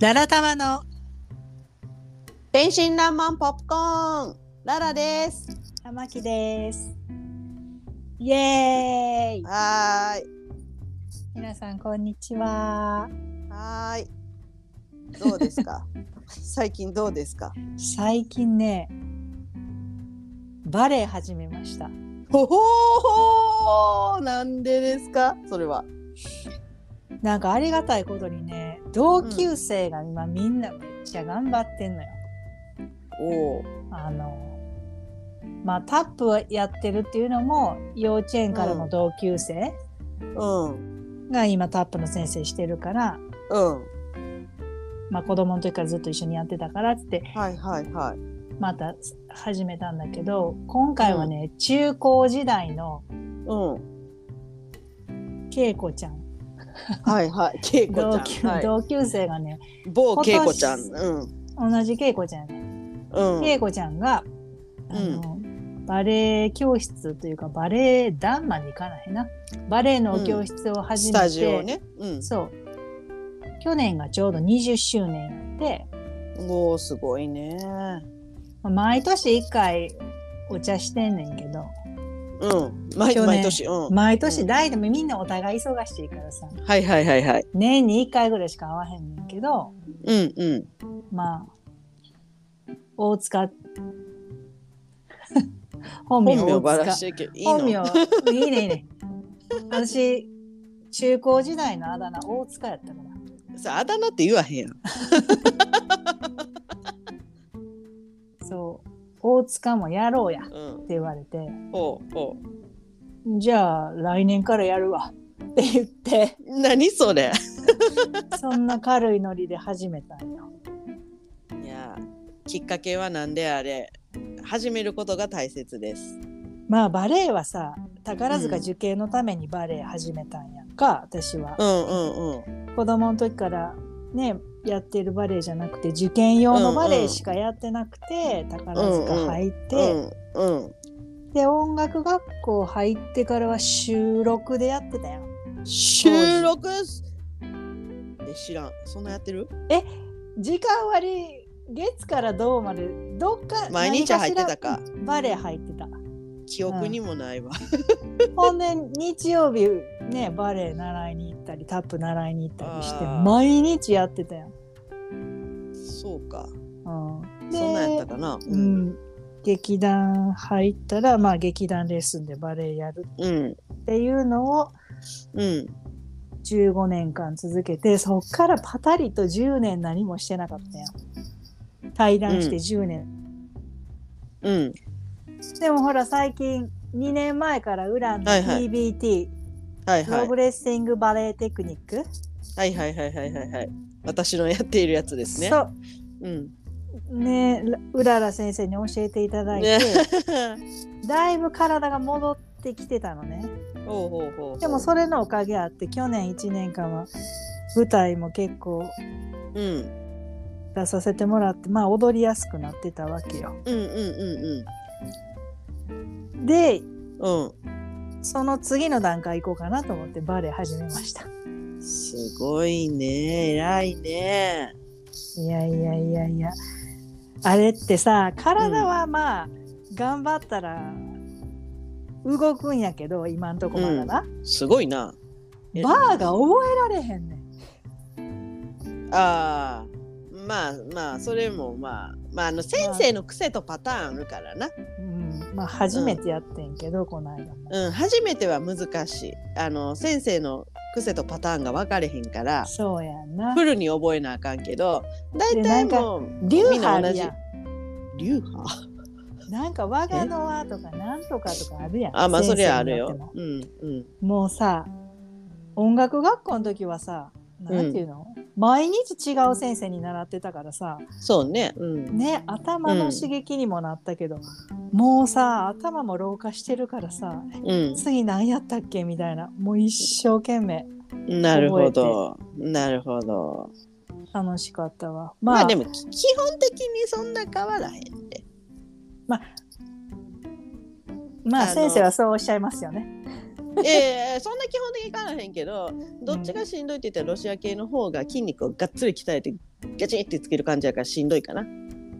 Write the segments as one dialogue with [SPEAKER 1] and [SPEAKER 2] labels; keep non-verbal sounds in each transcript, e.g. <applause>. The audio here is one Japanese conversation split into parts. [SPEAKER 1] ララタマの
[SPEAKER 2] 天真爛漫ポップコーンララです
[SPEAKER 1] 玉木です。イエーイ。
[SPEAKER 2] はーい
[SPEAKER 1] 皆さんこんにちは。
[SPEAKER 2] はーいどうです <laughs> か最近どうですか
[SPEAKER 1] 最近ね、バレエ始めました。
[SPEAKER 2] ほほーなんでですかそれは
[SPEAKER 1] なんかありがたいことにね、同級生が今みんなめっちゃ頑張ってんのよ。
[SPEAKER 2] おー
[SPEAKER 1] あの、まあタップをやってるっていうのも幼稚園からの同級生
[SPEAKER 2] うん
[SPEAKER 1] が今タップの先生してるから、
[SPEAKER 2] うん
[SPEAKER 1] まあ子供の時からずっと一緒にやってたからって
[SPEAKER 2] はいはいはい
[SPEAKER 1] また始めたんだけど今回はね、中高時代の
[SPEAKER 2] うん
[SPEAKER 1] 恵子ちゃん
[SPEAKER 2] はい <laughs> はいけいこ
[SPEAKER 1] 同
[SPEAKER 2] ち
[SPEAKER 1] 級,、
[SPEAKER 2] ゃん、はい、
[SPEAKER 1] 同級生がね
[SPEAKER 2] 某けいこちゃんうん
[SPEAKER 1] 同じ恵子ちゃんやね
[SPEAKER 2] うん
[SPEAKER 1] 恵子ちゃんが、あのバレエ教室というかバレエ団まで行かないなバレエの教室を始
[SPEAKER 2] ス
[SPEAKER 1] めて、
[SPEAKER 2] タジオねうん
[SPEAKER 1] そう去年がちょうど20周年やって
[SPEAKER 2] おーすごいね
[SPEAKER 1] まあ毎年1回お茶してんねんけど
[SPEAKER 2] うん毎
[SPEAKER 1] 去年
[SPEAKER 2] 毎年うん
[SPEAKER 1] 毎年代でもみんなお互い忙しいからさ
[SPEAKER 2] はいはいはいはい
[SPEAKER 1] 年に1回ぐらいしか会わへんねんけど
[SPEAKER 2] うんうん
[SPEAKER 1] まあ大塚本名
[SPEAKER 2] 本名ば
[SPEAKER 1] 大
[SPEAKER 2] らし
[SPEAKER 1] 塚
[SPEAKER 2] てけいいの
[SPEAKER 1] 本名いいねいい <laughs> ね私中高時代のあだ名大塚やったから
[SPEAKER 2] さあだ名って言わへんやん。
[SPEAKER 1] そう大塚もやろうやって
[SPEAKER 2] うん。
[SPEAKER 1] 言われて
[SPEAKER 2] ほうほ
[SPEAKER 1] じゃあ来年からやるわって言って
[SPEAKER 2] う。何それ。
[SPEAKER 1] そんな軽いノリで始めたんよ
[SPEAKER 2] いや、きっかけはなんであれ。始めることが大切です。
[SPEAKER 1] まあバレエはさ宝塚受験のためにバレエ始めたんやんか、私は
[SPEAKER 2] うんうんうん。
[SPEAKER 1] 子供の時からねやってるバレエじゃなくて受験用のバレエしかやってなくて、宝塚入って、
[SPEAKER 2] うんう
[SPEAKER 1] で音楽学校入ってからは収録でやってたよ
[SPEAKER 2] ん。収録す。え、知らん。そんなやってる
[SPEAKER 1] 時間割月からどうまでどっか
[SPEAKER 2] 毎日入ってたか
[SPEAKER 1] 何しらバレエ入ってた
[SPEAKER 2] 記憶にもないわ。
[SPEAKER 1] ほんで日曜日ねバレエ習いに行ったりタップ習いに行ったりして
[SPEAKER 2] あー
[SPEAKER 1] 毎日やってたよ、
[SPEAKER 2] そうか。
[SPEAKER 1] うん、で
[SPEAKER 2] そんなんやったかな。
[SPEAKER 1] う。ん、劇団入ったら、まあ、劇団レッスンでバレエやる
[SPEAKER 2] うん。
[SPEAKER 1] っていうのを
[SPEAKER 2] うん。
[SPEAKER 1] 15年間続けてそっからパタリと10年何もしてなかったやん対談して10年、
[SPEAKER 2] うん。
[SPEAKER 1] でもほら最近2年前からウランの
[SPEAKER 2] はいはい
[SPEAKER 1] PBT
[SPEAKER 2] はい
[SPEAKER 1] プ
[SPEAKER 2] は
[SPEAKER 1] ロ
[SPEAKER 2] い
[SPEAKER 1] グ。レッシングバレエテクニック、
[SPEAKER 2] はいはいはいはいはいはい。私のやっているやつですね。
[SPEAKER 1] そう
[SPEAKER 2] うん。
[SPEAKER 1] ねうらら先生に教えていただいて、
[SPEAKER 2] ね <laughs>
[SPEAKER 1] だいぶ体が戻ってきてたのね
[SPEAKER 2] ほうほうほう。
[SPEAKER 1] でもそれのおかげあって去年1年間は舞台も結構
[SPEAKER 2] うん。
[SPEAKER 1] 出させてもらってまあ踊りやすくなってたわけよ。
[SPEAKER 2] うんうんうん
[SPEAKER 1] で
[SPEAKER 2] うん。うん。
[SPEAKER 1] その次の段階行こうかなと思ってバレエ始めました。
[SPEAKER 2] すごいね、偉いね。
[SPEAKER 1] いやいやいやいやあれってさ体はまあ、頑張ったら動くんやけど今んとこまだな、
[SPEAKER 2] すごいな。え
[SPEAKER 1] バーが覚えられへんねん。
[SPEAKER 2] ああ、まあまあ、それもまあ、まあ、あの先生の癖とパターンあるからな。
[SPEAKER 1] うん、まあ初めてやってんけど、この間も
[SPEAKER 2] うん、初めては難しい。あの先生の癖とパターンが分かれへんから、
[SPEAKER 1] そうやんな
[SPEAKER 2] フルに覚えなあかんけど、大体もう、
[SPEAKER 1] 流
[SPEAKER 2] みんな
[SPEAKER 1] 派
[SPEAKER 2] 同
[SPEAKER 1] ある
[SPEAKER 2] じ
[SPEAKER 1] やん。
[SPEAKER 2] 流派
[SPEAKER 1] なんか我がのはとかなんとかとかあるやん
[SPEAKER 2] あ、まあ、そ
[SPEAKER 1] 先生
[SPEAKER 2] れ
[SPEAKER 1] に
[SPEAKER 2] はある
[SPEAKER 1] よっても
[SPEAKER 2] よ。うんうん。
[SPEAKER 1] もうさ音楽学校の時はさなんていうの、毎日違う先生に習ってたからさ
[SPEAKER 2] そうね。うん。
[SPEAKER 1] ね頭の刺激にもなったけど、もうさ頭も老化してるからさ
[SPEAKER 2] うん。
[SPEAKER 1] 次何やったっけみたいなもう一生懸命
[SPEAKER 2] なるほど。なるほど。
[SPEAKER 1] 楽しかったわ
[SPEAKER 2] まあ、
[SPEAKER 1] まあ、
[SPEAKER 2] でも、き基本的にそんな変わらへんって。
[SPEAKER 1] まあ
[SPEAKER 2] あの
[SPEAKER 1] 先生はそうおっしゃいますよね <laughs>
[SPEAKER 2] いやいやそんな基本的に変わらへんけどどっちがしんどいって言ったらロシア系の方が筋肉をがっつり鍛えてガチンってつける感じやからしんどいかな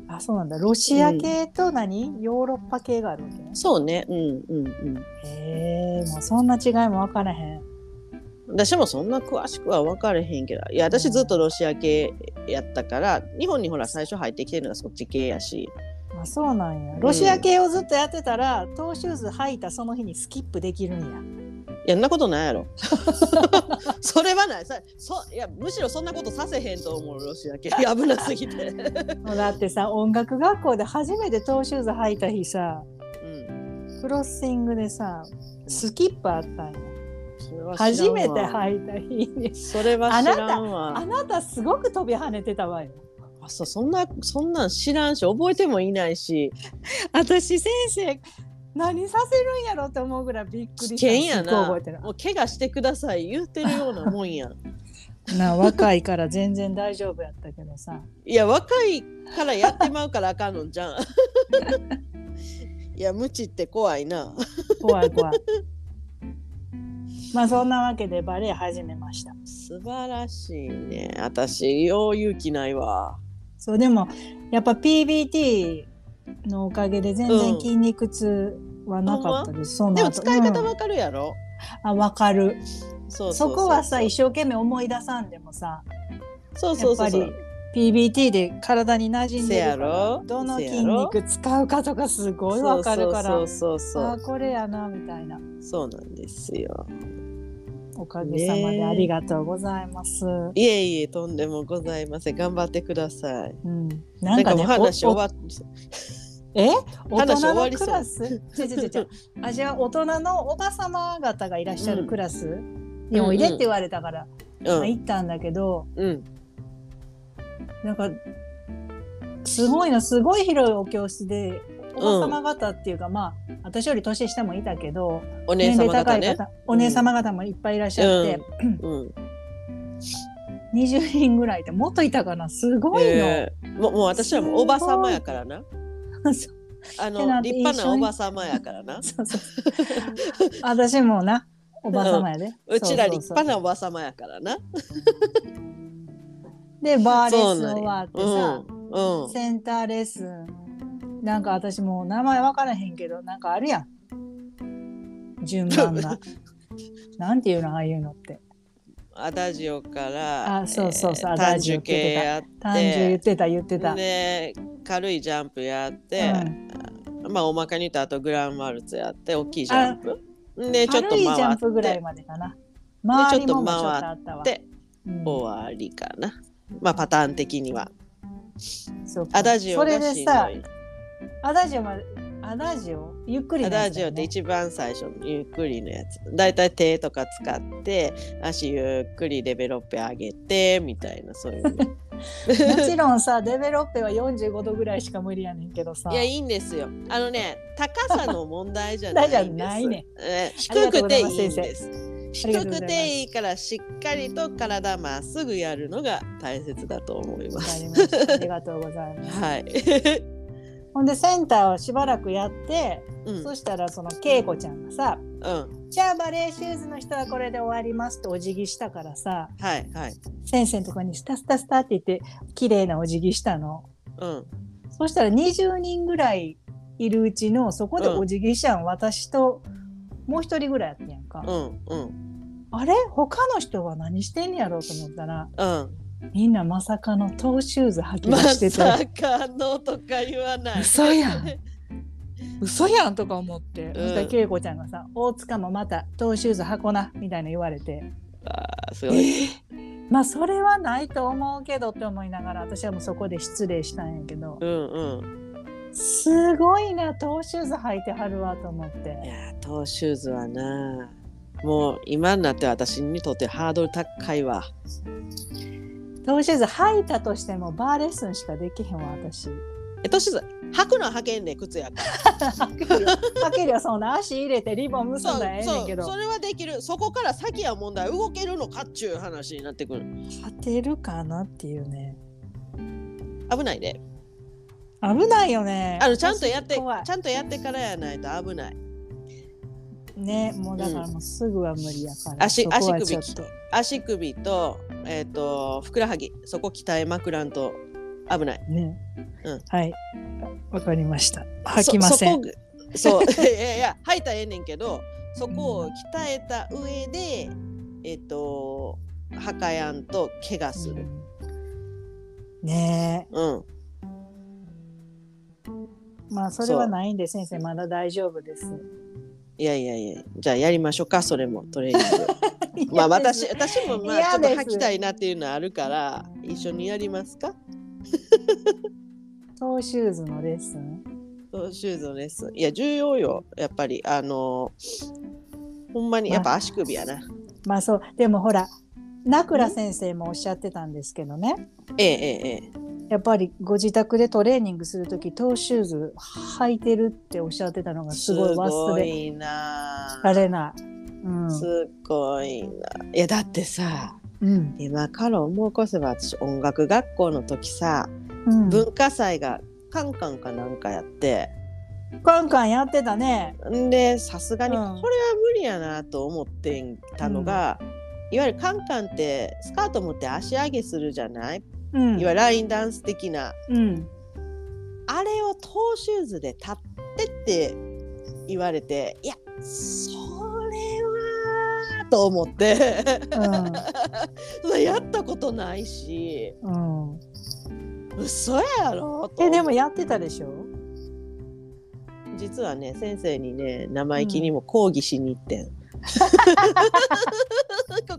[SPEAKER 1] あそうなんだロシア系と何、ヨーロッパ系があるわけね
[SPEAKER 2] そうねうんうんうん
[SPEAKER 1] へえもうそんな違いも分からへん
[SPEAKER 2] 私もそんな詳しくは分からへんけどいや私ずっとロシア系やったから日本にほら最初入ってきてるのがそっち系やし
[SPEAKER 1] あそうなんや
[SPEAKER 2] ん
[SPEAKER 1] ロシア系をずっとやってたら、トーシューズ履いたその日にスキップできるん
[SPEAKER 2] いやんなことないや
[SPEAKER 1] <laughs>
[SPEAKER 2] ろそれはないさそいやむしろそんなことさせへんと思うロシア系危なすぎて、
[SPEAKER 1] やもうだってさ音楽学校で初めてトーシューズ履いた日さ
[SPEAKER 2] うん、
[SPEAKER 1] クロッシングでさスキップあったんや
[SPEAKER 2] それは知
[SPEAKER 1] 初
[SPEAKER 2] らんわ
[SPEAKER 1] めて履いた日に
[SPEAKER 2] それは知らんわ
[SPEAKER 1] あなたすごく飛び跳ねてたわよ
[SPEAKER 2] あそうそんなそんなん知らんし覚えてもいないし
[SPEAKER 1] 私先生何させるんやろと思うぐらいびっくり
[SPEAKER 2] 危
[SPEAKER 1] した
[SPEAKER 2] 険や
[SPEAKER 1] すっごい
[SPEAKER 2] な
[SPEAKER 1] 覚えてる
[SPEAKER 2] もう怪我してください言ってるようなもんやん <laughs>
[SPEAKER 1] な若いから全然大丈夫やったけどさ
[SPEAKER 2] いや若いからやってまうからあかんのん
[SPEAKER 1] <laughs>
[SPEAKER 2] じゃんいや無知って怖いな
[SPEAKER 1] 怖い怖
[SPEAKER 2] <laughs>
[SPEAKER 1] いまあそんなわけでバレエ始めました
[SPEAKER 2] 素晴らしいね私よう勇気ないわ
[SPEAKER 1] そうでもやっぱ PBT のおかげで全
[SPEAKER 2] う
[SPEAKER 1] 然
[SPEAKER 2] ん
[SPEAKER 1] 筋肉痛はなかったです、その
[SPEAKER 2] でも
[SPEAKER 1] 後
[SPEAKER 2] 使い方
[SPEAKER 1] うん
[SPEAKER 2] わかるやろ、
[SPEAKER 1] あわかる
[SPEAKER 2] そう
[SPEAKER 1] そう
[SPEAKER 2] う
[SPEAKER 1] こはさ一生懸命思い出さんでもさ
[SPEAKER 2] そうそうそうそ
[SPEAKER 1] やっぱ
[SPEAKER 2] う
[SPEAKER 1] PBT で体に馴染んでるか
[SPEAKER 2] せや
[SPEAKER 1] ら
[SPEAKER 2] ろ
[SPEAKER 1] どの
[SPEAKER 2] せや
[SPEAKER 1] 筋
[SPEAKER 2] ろ
[SPEAKER 1] 肉使うかとかすごいわかるから
[SPEAKER 2] そうそうそ
[SPEAKER 1] あ
[SPEAKER 2] う
[SPEAKER 1] ーこれやなみたいな
[SPEAKER 2] そうそうなんですよ
[SPEAKER 1] おかげさま
[SPEAKER 2] ねえ
[SPEAKER 1] でありがとうございます、
[SPEAKER 2] いえいえとんでもございません頑張ってください
[SPEAKER 1] うん、
[SPEAKER 2] な
[SPEAKER 1] なんん
[SPEAKER 2] か
[SPEAKER 1] か
[SPEAKER 2] も
[SPEAKER 1] ね
[SPEAKER 2] う話終
[SPEAKER 1] お
[SPEAKER 2] わっ
[SPEAKER 1] おえ大
[SPEAKER 2] 話終
[SPEAKER 1] 人
[SPEAKER 2] わ
[SPEAKER 1] の
[SPEAKER 2] り
[SPEAKER 1] ク
[SPEAKER 2] そう
[SPEAKER 1] ラス
[SPEAKER 2] <laughs>
[SPEAKER 1] 違う違う違うあじゃあ大人のおばさま方がいらっしゃるクラスにおいでって言われたから、
[SPEAKER 2] う
[SPEAKER 1] まあ
[SPEAKER 2] ん
[SPEAKER 1] 行ったんだけど
[SPEAKER 2] うん
[SPEAKER 1] なんかすごいのすごい広いお教室でおばさま方っていうか、まあ私より年下もいたけど
[SPEAKER 2] お姉
[SPEAKER 1] 年
[SPEAKER 2] 様
[SPEAKER 1] 齢高
[SPEAKER 2] 方
[SPEAKER 1] い
[SPEAKER 2] ね
[SPEAKER 1] 方お姉様方もいっぱいいらっしゃって、
[SPEAKER 2] うん
[SPEAKER 1] 20人ぐらいいてもっといたかなすごいの。
[SPEAKER 2] えーもうもう私はもうおばさまやからな
[SPEAKER 1] <laughs> そう
[SPEAKER 2] あ
[SPEAKER 1] てな
[SPEAKER 2] の
[SPEAKER 1] んて
[SPEAKER 2] 立派なおばさまやからな
[SPEAKER 1] そうそうそう私もなおばさまやで、
[SPEAKER 2] うちら立
[SPEAKER 1] そうそうそ
[SPEAKER 2] 派
[SPEAKER 1] う
[SPEAKER 2] なおばさまやからな
[SPEAKER 1] でバーレッ
[SPEAKER 2] そう
[SPEAKER 1] スン
[SPEAKER 2] なん
[SPEAKER 1] 終わっ
[SPEAKER 2] や
[SPEAKER 1] て
[SPEAKER 2] う
[SPEAKER 1] さ、
[SPEAKER 2] んうん
[SPEAKER 1] センターレッスンなんか私もう名前分からへんけどなんかあるやん順番
[SPEAKER 2] <laughs>
[SPEAKER 1] がなんていうのああいうのって
[SPEAKER 2] アダジオから
[SPEAKER 1] あそうそうそう
[SPEAKER 2] えー
[SPEAKER 1] ア
[SPEAKER 2] 単
[SPEAKER 1] ダジオ
[SPEAKER 2] 純系やっ
[SPEAKER 1] 単純言ってた言ってた、
[SPEAKER 2] てで軽いジャンプやって
[SPEAKER 1] うん
[SPEAKER 2] まあおまかに言うとあとグランマルツやって大きいジャンプでちょっと
[SPEAKER 1] 軽いジャンプぐら
[SPEAKER 2] 回
[SPEAKER 1] い
[SPEAKER 2] っ
[SPEAKER 1] までかな周りもも
[SPEAKER 2] ち
[SPEAKER 1] ち
[SPEAKER 2] ょ
[SPEAKER 1] ょ
[SPEAKER 2] っ
[SPEAKER 1] っ
[SPEAKER 2] と
[SPEAKER 1] と
[SPEAKER 2] 回
[SPEAKER 1] あったわ
[SPEAKER 2] て
[SPEAKER 1] うん
[SPEAKER 2] 終わりかなまあパターン的には
[SPEAKER 1] そうか
[SPEAKER 2] アダジ
[SPEAKER 1] そ
[SPEAKER 2] オが
[SPEAKER 1] れ
[SPEAKER 2] しんど
[SPEAKER 1] で
[SPEAKER 2] い
[SPEAKER 1] さアダジオまでアダジオゆっくり
[SPEAKER 2] ア
[SPEAKER 1] な
[SPEAKER 2] ダ
[SPEAKER 1] やつ
[SPEAKER 2] ジ
[SPEAKER 1] だ
[SPEAKER 2] オ
[SPEAKER 1] よ
[SPEAKER 2] っ
[SPEAKER 1] ね
[SPEAKER 2] て一番最初のゆっくりのやつだいたい手とか使って足ゆっくりデベロッペ上げてみたいなそうい
[SPEAKER 1] <laughs>
[SPEAKER 2] う
[SPEAKER 1] もちろんさデベロッペは45度ぐらいしか無理やねんけどさ
[SPEAKER 2] いやいいんですよあのね高さの問題じゃない
[SPEAKER 1] <laughs>
[SPEAKER 2] ん
[SPEAKER 1] 大
[SPEAKER 2] で
[SPEAKER 1] 事
[SPEAKER 2] す
[SPEAKER 1] はないね
[SPEAKER 2] えー
[SPEAKER 1] あり
[SPEAKER 2] 低
[SPEAKER 1] がとう
[SPEAKER 2] く
[SPEAKER 1] ござ
[SPEAKER 2] てい
[SPEAKER 1] います
[SPEAKER 2] いんです
[SPEAKER 1] ありがと
[SPEAKER 2] 低
[SPEAKER 1] うございます
[SPEAKER 2] くていいからしっかりと体まっすぐやるのが大切だと思いま
[SPEAKER 1] わか
[SPEAKER 2] す
[SPEAKER 1] りましたありがとうございます
[SPEAKER 2] はい、 <laughs>
[SPEAKER 1] ほんでセンターをしばらくやって、
[SPEAKER 2] うん
[SPEAKER 1] そしたらその恵子ちゃんがさ
[SPEAKER 2] うん、
[SPEAKER 1] 「じゃあバレエシューズの人はこれで終わります」ってお辞儀したからさ
[SPEAKER 2] はいはい
[SPEAKER 1] 先生のとこに「スタスタスタ」って言って綺麗なお辞儀したの
[SPEAKER 2] うん
[SPEAKER 1] そしたら20人ぐらいいるうちのそこでお辞儀したん、私ともう一人ぐらいやってんやんか、
[SPEAKER 2] うんうん
[SPEAKER 1] あれ他の人は何してんねやろうと思ったら
[SPEAKER 2] うん
[SPEAKER 1] みんなまさかのトーシューズ履き出
[SPEAKER 2] ま
[SPEAKER 1] してて、
[SPEAKER 2] さかのとか言わない
[SPEAKER 1] 嘘やん嘘やんとか思って、
[SPEAKER 2] うん
[SPEAKER 1] そしたら恵子ちゃんがさ「大塚もまたトーシューズ履こな」みたいな言われて
[SPEAKER 2] <laughs> あーす
[SPEAKER 1] 「
[SPEAKER 2] ごい
[SPEAKER 1] まあそれはないと思うけど」って思いながら私はもうそこで失礼したんやけど
[SPEAKER 2] うんうん。
[SPEAKER 1] すごいなトーシューズ履いてはるわと思っ
[SPEAKER 2] い
[SPEAKER 1] て
[SPEAKER 2] やー、トーシューズはな、もう今になって私にとってハードル高いわ。
[SPEAKER 1] トーシューズ履いたとしてもバーレッスンしかできへんわ私
[SPEAKER 2] え、トーシューズ、履くのは履けんねん、靴や
[SPEAKER 1] <laughs>
[SPEAKER 2] から。
[SPEAKER 1] 履ける履けるよそんな足入れてリボン結んだらええねんけど
[SPEAKER 2] そうそれはできる。そこから先は問題、動けるのかっちゅう話になってくる。
[SPEAKER 1] 勝てるかなっていうね
[SPEAKER 2] 危ないで、
[SPEAKER 1] 危ないよね
[SPEAKER 2] あの、ちゃんとやって、
[SPEAKER 1] 怖い
[SPEAKER 2] ちゃんとやってからやないと危ない。
[SPEAKER 1] ねもうだからもうすぐは無理やから、
[SPEAKER 2] 足
[SPEAKER 1] そこはちょっ
[SPEAKER 2] 足
[SPEAKER 1] と
[SPEAKER 2] 足首と,、えー、とふくらはぎそこ鍛えまくらんと危ない
[SPEAKER 1] ね、
[SPEAKER 2] うん
[SPEAKER 1] はいわかりました吐きません
[SPEAKER 2] そそこそういやいや吐いたらええねんけどそこを鍛えた上でえっ、とはかやんと怪我する
[SPEAKER 1] ね
[SPEAKER 2] うん
[SPEAKER 1] えまあそれはないんで先生まだ大丈夫です
[SPEAKER 2] いやいやいやじゃあやりましょうかそれもトレーニン
[SPEAKER 1] <laughs>
[SPEAKER 2] グまあ私私もまあちょっと
[SPEAKER 1] 嫌です
[SPEAKER 2] 吐きたいなっていうのはあるから一緒にやりますか
[SPEAKER 1] <laughs> トーシューズのレッスン
[SPEAKER 2] そうシューズのレッスンいや重要よやっぱりあのほんまにやっぱ足首やな、
[SPEAKER 1] まあそうでもほら名倉先生もおっしゃってたんですけどね
[SPEAKER 2] ええええええ
[SPEAKER 1] やっぱりご自宅でトレーニングする時トーシューズ履いてるっておっしゃってたのがすごい忘
[SPEAKER 2] す
[SPEAKER 1] れ
[SPEAKER 2] ごいな
[SPEAKER 1] られない。うん
[SPEAKER 2] すごいないやだってさ
[SPEAKER 1] うん
[SPEAKER 2] 今から思い起こせば私音楽学校の時さ
[SPEAKER 1] うん、
[SPEAKER 2] 文化祭がカンカンかなんかやって
[SPEAKER 1] カンカンやってたね。
[SPEAKER 2] んでさすがに
[SPEAKER 1] う
[SPEAKER 2] こ
[SPEAKER 1] ん
[SPEAKER 2] れは無理やなと思ってたのが、いわゆるカンカンってスカート持って足上げするじゃない、
[SPEAKER 1] うん、
[SPEAKER 2] いわゆるラインダンス的な
[SPEAKER 1] うん、
[SPEAKER 2] あれをトーシューズで立ってって言われていやそれはと思って。 <laughs> そんなやったことないし
[SPEAKER 1] うん、
[SPEAKER 2] <laughs>
[SPEAKER 1] うん。
[SPEAKER 2] 嘘やろと
[SPEAKER 1] え、でもやってたでしょ
[SPEAKER 2] 実はね先生にね生意気にも抗議しに行ってん、こ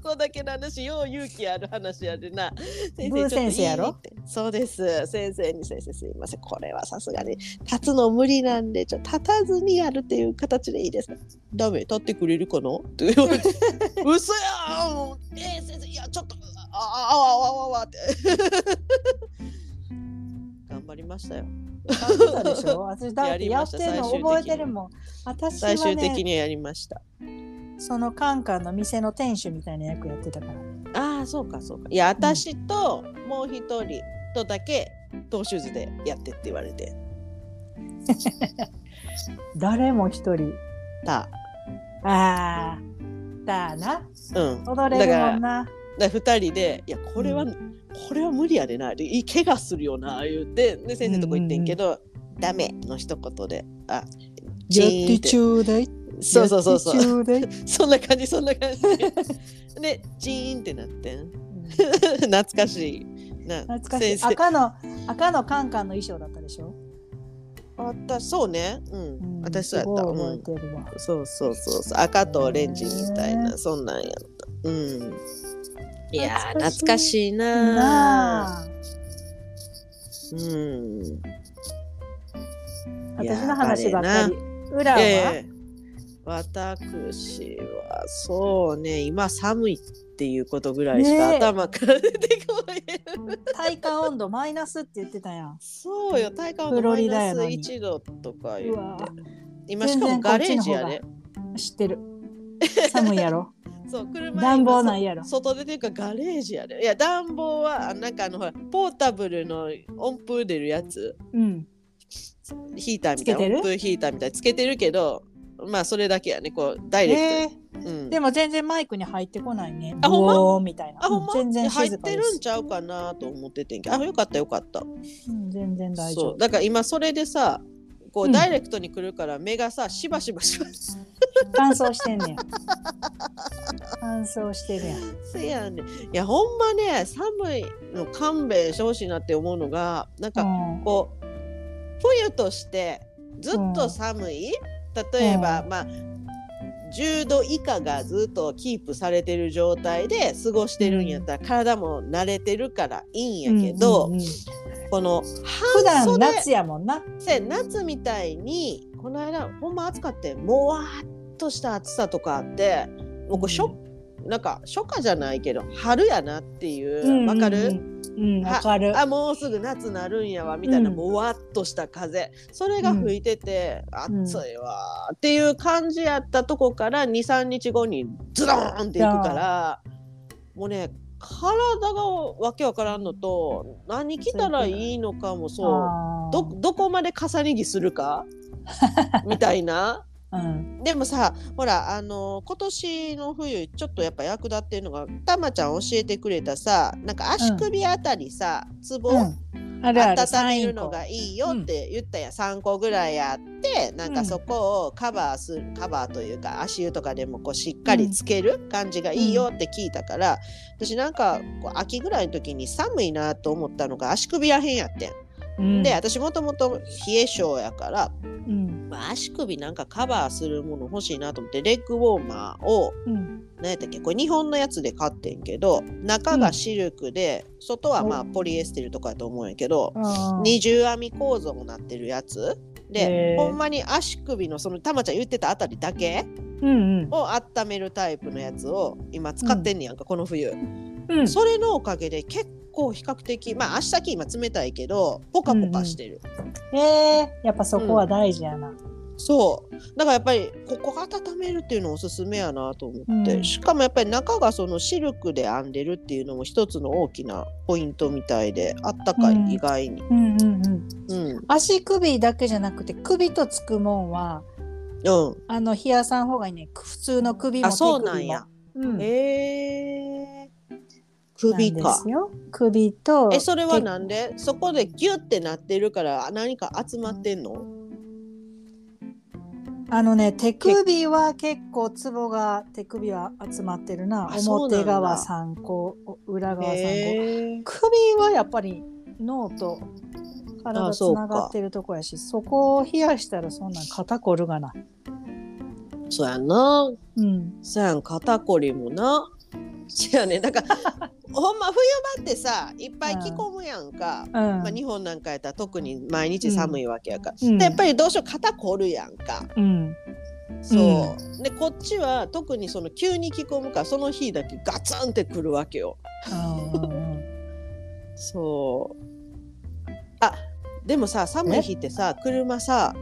[SPEAKER 2] こだけの話よう勇気ある話やるな先
[SPEAKER 1] ブー先生やろ
[SPEAKER 2] ちょっと言いに行ってそうです先生に先生すいませんこれはさすがに立つの無理なんでちょっと立たずにやるっていう形でいいですかダメ立ってくれるかなって言われて嘘やんえー先生いやちょっとあああわあわあわあって頑張りましたよ
[SPEAKER 1] やってたでし
[SPEAKER 2] <laughs>
[SPEAKER 1] ょ私だってやってるの覚えてるもん。私は、ね、
[SPEAKER 2] 最終的にやりました
[SPEAKER 1] そのカンカンの店の店主みたいな役やってたから。
[SPEAKER 2] ああそうかそうかいや私ともう一人とだけトーシューズでやってって言われて
[SPEAKER 1] 誰も一人。
[SPEAKER 2] た
[SPEAKER 1] ああ、だな。
[SPEAKER 2] うんだか
[SPEAKER 1] 踊れるもんな。
[SPEAKER 2] ら二人で「いやこれは、
[SPEAKER 1] う
[SPEAKER 2] これは無理やでな」でい怪我するよな言うてで先生のとこ行ってんけど「ダメ」の一言で「あチ
[SPEAKER 1] やっ
[SPEAKER 2] ーンってて
[SPEAKER 1] ちょうだい。
[SPEAKER 2] そうそうそうそう
[SPEAKER 1] やってちょうだい。
[SPEAKER 2] そんな感じそんな感じでチーンってなってん <laughs> 懐かしいな
[SPEAKER 1] 懐かしい
[SPEAKER 2] 先。生
[SPEAKER 1] 赤の、赤のカンカンの衣装だったでしょ
[SPEAKER 2] あったそうねうん、
[SPEAKER 1] ん
[SPEAKER 2] 私そうやった、
[SPEAKER 1] すご
[SPEAKER 2] う
[SPEAKER 1] い
[SPEAKER 2] ん
[SPEAKER 1] 覚えてるわ。
[SPEAKER 2] そうそうそうそう赤とオレンジみたい
[SPEAKER 1] へ
[SPEAKER 2] なそんなんやったうんいやー
[SPEAKER 1] 懐かしい
[SPEAKER 2] 懐かしいな
[SPEAKER 1] なあ。
[SPEAKER 2] ーうんいや
[SPEAKER 1] 私の話ばっかり。裏は、
[SPEAKER 2] ええ私はそうね今寒いっていうことぐらいしか
[SPEAKER 1] ねえ
[SPEAKER 2] 頭から出てこない、
[SPEAKER 1] 体感温度マイナスって言ってたやん。
[SPEAKER 2] そうよ体感温
[SPEAKER 1] フ
[SPEAKER 2] 度
[SPEAKER 1] ロ
[SPEAKER 2] マイ
[SPEAKER 1] リダ
[SPEAKER 2] ナ
[SPEAKER 1] や
[SPEAKER 2] ス
[SPEAKER 1] のに
[SPEAKER 2] 1度とか言
[SPEAKER 1] う
[SPEAKER 2] っ
[SPEAKER 1] わ
[SPEAKER 2] て今しかも
[SPEAKER 1] 全然こ
[SPEAKER 2] ガ
[SPEAKER 1] っ
[SPEAKER 2] レ
[SPEAKER 1] ち
[SPEAKER 2] ー
[SPEAKER 1] の
[SPEAKER 2] ジ
[SPEAKER 1] 方が
[SPEAKER 2] やで
[SPEAKER 1] 知ってる。寒いやろ。
[SPEAKER 2] そう車
[SPEAKER 1] 暖房
[SPEAKER 2] 今
[SPEAKER 1] ないやろ
[SPEAKER 2] そ外出てるからガレージやでいや暖房はなんかあのほらポータブルの温風出るやつ
[SPEAKER 1] うん。
[SPEAKER 2] ヒーターみた
[SPEAKER 1] つけ
[SPEAKER 2] い
[SPEAKER 1] てる
[SPEAKER 2] な温風ヒーターみたいにつけてるけどまあそれだけやねこうダイレ
[SPEAKER 1] え
[SPEAKER 2] クトに、うん
[SPEAKER 1] でも全然マイクに入ってこないね。
[SPEAKER 2] あほんま
[SPEAKER 1] ブオーみたいな。
[SPEAKER 2] あほん
[SPEAKER 1] う
[SPEAKER 2] ま
[SPEAKER 1] 全然
[SPEAKER 2] 入っ
[SPEAKER 1] 静か
[SPEAKER 2] て
[SPEAKER 1] で
[SPEAKER 2] るん
[SPEAKER 1] す。
[SPEAKER 2] ちゃうかなと思っててんけどあよかったよかった
[SPEAKER 1] うん、全然大丈
[SPEAKER 2] そう
[SPEAKER 1] 夫。
[SPEAKER 2] だから今それでさこ
[SPEAKER 1] う
[SPEAKER 2] うんダイレクトに来るから目がさしばしばしばし
[SPEAKER 1] 乾燥してんねん。乾燥してるやん。
[SPEAKER 2] ばせやねんいやほんまね寒いの勘弁してほしいなって思うのがなんか
[SPEAKER 1] うん
[SPEAKER 2] こう冬としてずっと寒い、例えば、
[SPEAKER 1] う
[SPEAKER 2] まあ10度以下がずっとキープされてる状態で過ごしてるんやったら、体も慣れてるからいいんやけど、
[SPEAKER 1] うんうんうん
[SPEAKER 2] この
[SPEAKER 1] 普
[SPEAKER 2] 半
[SPEAKER 1] 段
[SPEAKER 2] 袖
[SPEAKER 1] 夏やもんな。
[SPEAKER 2] せ夏みたいにこの間ほんま暑かってもわーっとした暑さとかあってもうこうしょ、なんか初夏じゃないけど春やなっていうわ、かる、
[SPEAKER 1] うん、わか <laughs> る。
[SPEAKER 2] あもうすぐ夏なるんやわみたいな、
[SPEAKER 1] うん
[SPEAKER 2] もわっとした風それが吹いてて、
[SPEAKER 1] うん
[SPEAKER 2] 暑いわーっていう感じやったとこから23日後にズドーンっていくからもうね体がわけわからんのと何着たらいいのかもそう
[SPEAKER 1] あー <laughs>
[SPEAKER 2] どどこまで重ね着するかみたいな
[SPEAKER 1] うん
[SPEAKER 2] でもさほらあの今年の冬ちょっとやっぱ役立ってるのがたまちゃん教えてくれたさなんか足首あたりさツボ、
[SPEAKER 1] うん、あるある
[SPEAKER 2] 温めるの
[SPEAKER 1] サ
[SPEAKER 2] が
[SPEAKER 1] イン
[SPEAKER 2] いいよって言ったやん、3個ぐらいあってなんかそこをカバーするカバーというか足湯とかでもこうしっかりつける感じがいいよって聞いたから、私なんかこう秋ぐらいの時に寒いなと思ったのが足首らへんやってん。
[SPEAKER 1] コうん
[SPEAKER 2] で私もともと冷え性やから、
[SPEAKER 1] うん
[SPEAKER 2] まあ足首なんかカバーするもの欲しいなと思ってレッグウォーマーを
[SPEAKER 1] うん
[SPEAKER 2] 何やったっけこれ日本のやつで買ってんけど中がシルクで、外はまあポリエステルとかやと思うんやけど。
[SPEAKER 1] あー
[SPEAKER 2] 二重編み構造になってるやつ
[SPEAKER 1] へー
[SPEAKER 2] でほんまに足首のそのたまちゃん言ってたあたりだけ
[SPEAKER 1] うんうん
[SPEAKER 2] を温めるタイプのやつを今使ってんねやんか、この冬、
[SPEAKER 1] うん
[SPEAKER 2] それのおかげで結構比較的まあ足先今冷たいけどポカポカしてる、
[SPEAKER 1] えー、やっぱそこは大事やな、
[SPEAKER 2] そうだからやっぱりここ温めるっていうのおすすめやなと思って、
[SPEAKER 1] うん
[SPEAKER 2] しかもやっぱり中がそのシルクで編んでるっていうのも一つの大きなポイントみたいであったかい、
[SPEAKER 1] うん
[SPEAKER 2] 意外に
[SPEAKER 1] うんうんうん、
[SPEAKER 2] うん
[SPEAKER 1] 足首だけじゃなくて首とつくもんは
[SPEAKER 2] うん
[SPEAKER 1] あの冷やさん方がいいね普通の首も
[SPEAKER 2] あ
[SPEAKER 1] 手
[SPEAKER 2] そう
[SPEAKER 1] 首
[SPEAKER 2] な
[SPEAKER 1] も
[SPEAKER 2] んや、
[SPEAKER 1] うん
[SPEAKER 2] えー、首
[SPEAKER 1] なんで
[SPEAKER 2] か
[SPEAKER 1] す。よ首と
[SPEAKER 2] えそれはなんでそこでギュってなってるから何か集まってんの
[SPEAKER 1] あのね手首は結構ツボが手首は集まってるな
[SPEAKER 2] あそうなん
[SPEAKER 1] 表
[SPEAKER 2] だ
[SPEAKER 1] 側3個裏側3個、
[SPEAKER 2] え
[SPEAKER 1] 首はやっぱり脳と体
[SPEAKER 2] あそ
[SPEAKER 1] つ
[SPEAKER 2] うか
[SPEAKER 1] ながってるとこやしそこを冷やしたらそんなん肩こるがな
[SPEAKER 2] ー、そうやんな
[SPEAKER 1] うん
[SPEAKER 2] そうやん肩こりもなそうやね
[SPEAKER 1] <laughs>
[SPEAKER 2] だからほんま冬場ってさいっぱい着込むやんか、
[SPEAKER 1] うん、
[SPEAKER 2] まあ、日本なんかやったら特に毎日寒いわけやから、
[SPEAKER 1] うん
[SPEAKER 2] でやっぱりどうしよう肩こるやんか
[SPEAKER 1] うん
[SPEAKER 2] そう、でこっちは特にその急に着込むからその日だけガツンってくるわけよ
[SPEAKER 1] うんうんうん
[SPEAKER 2] そう。あでもさ寒い日ってさ車さ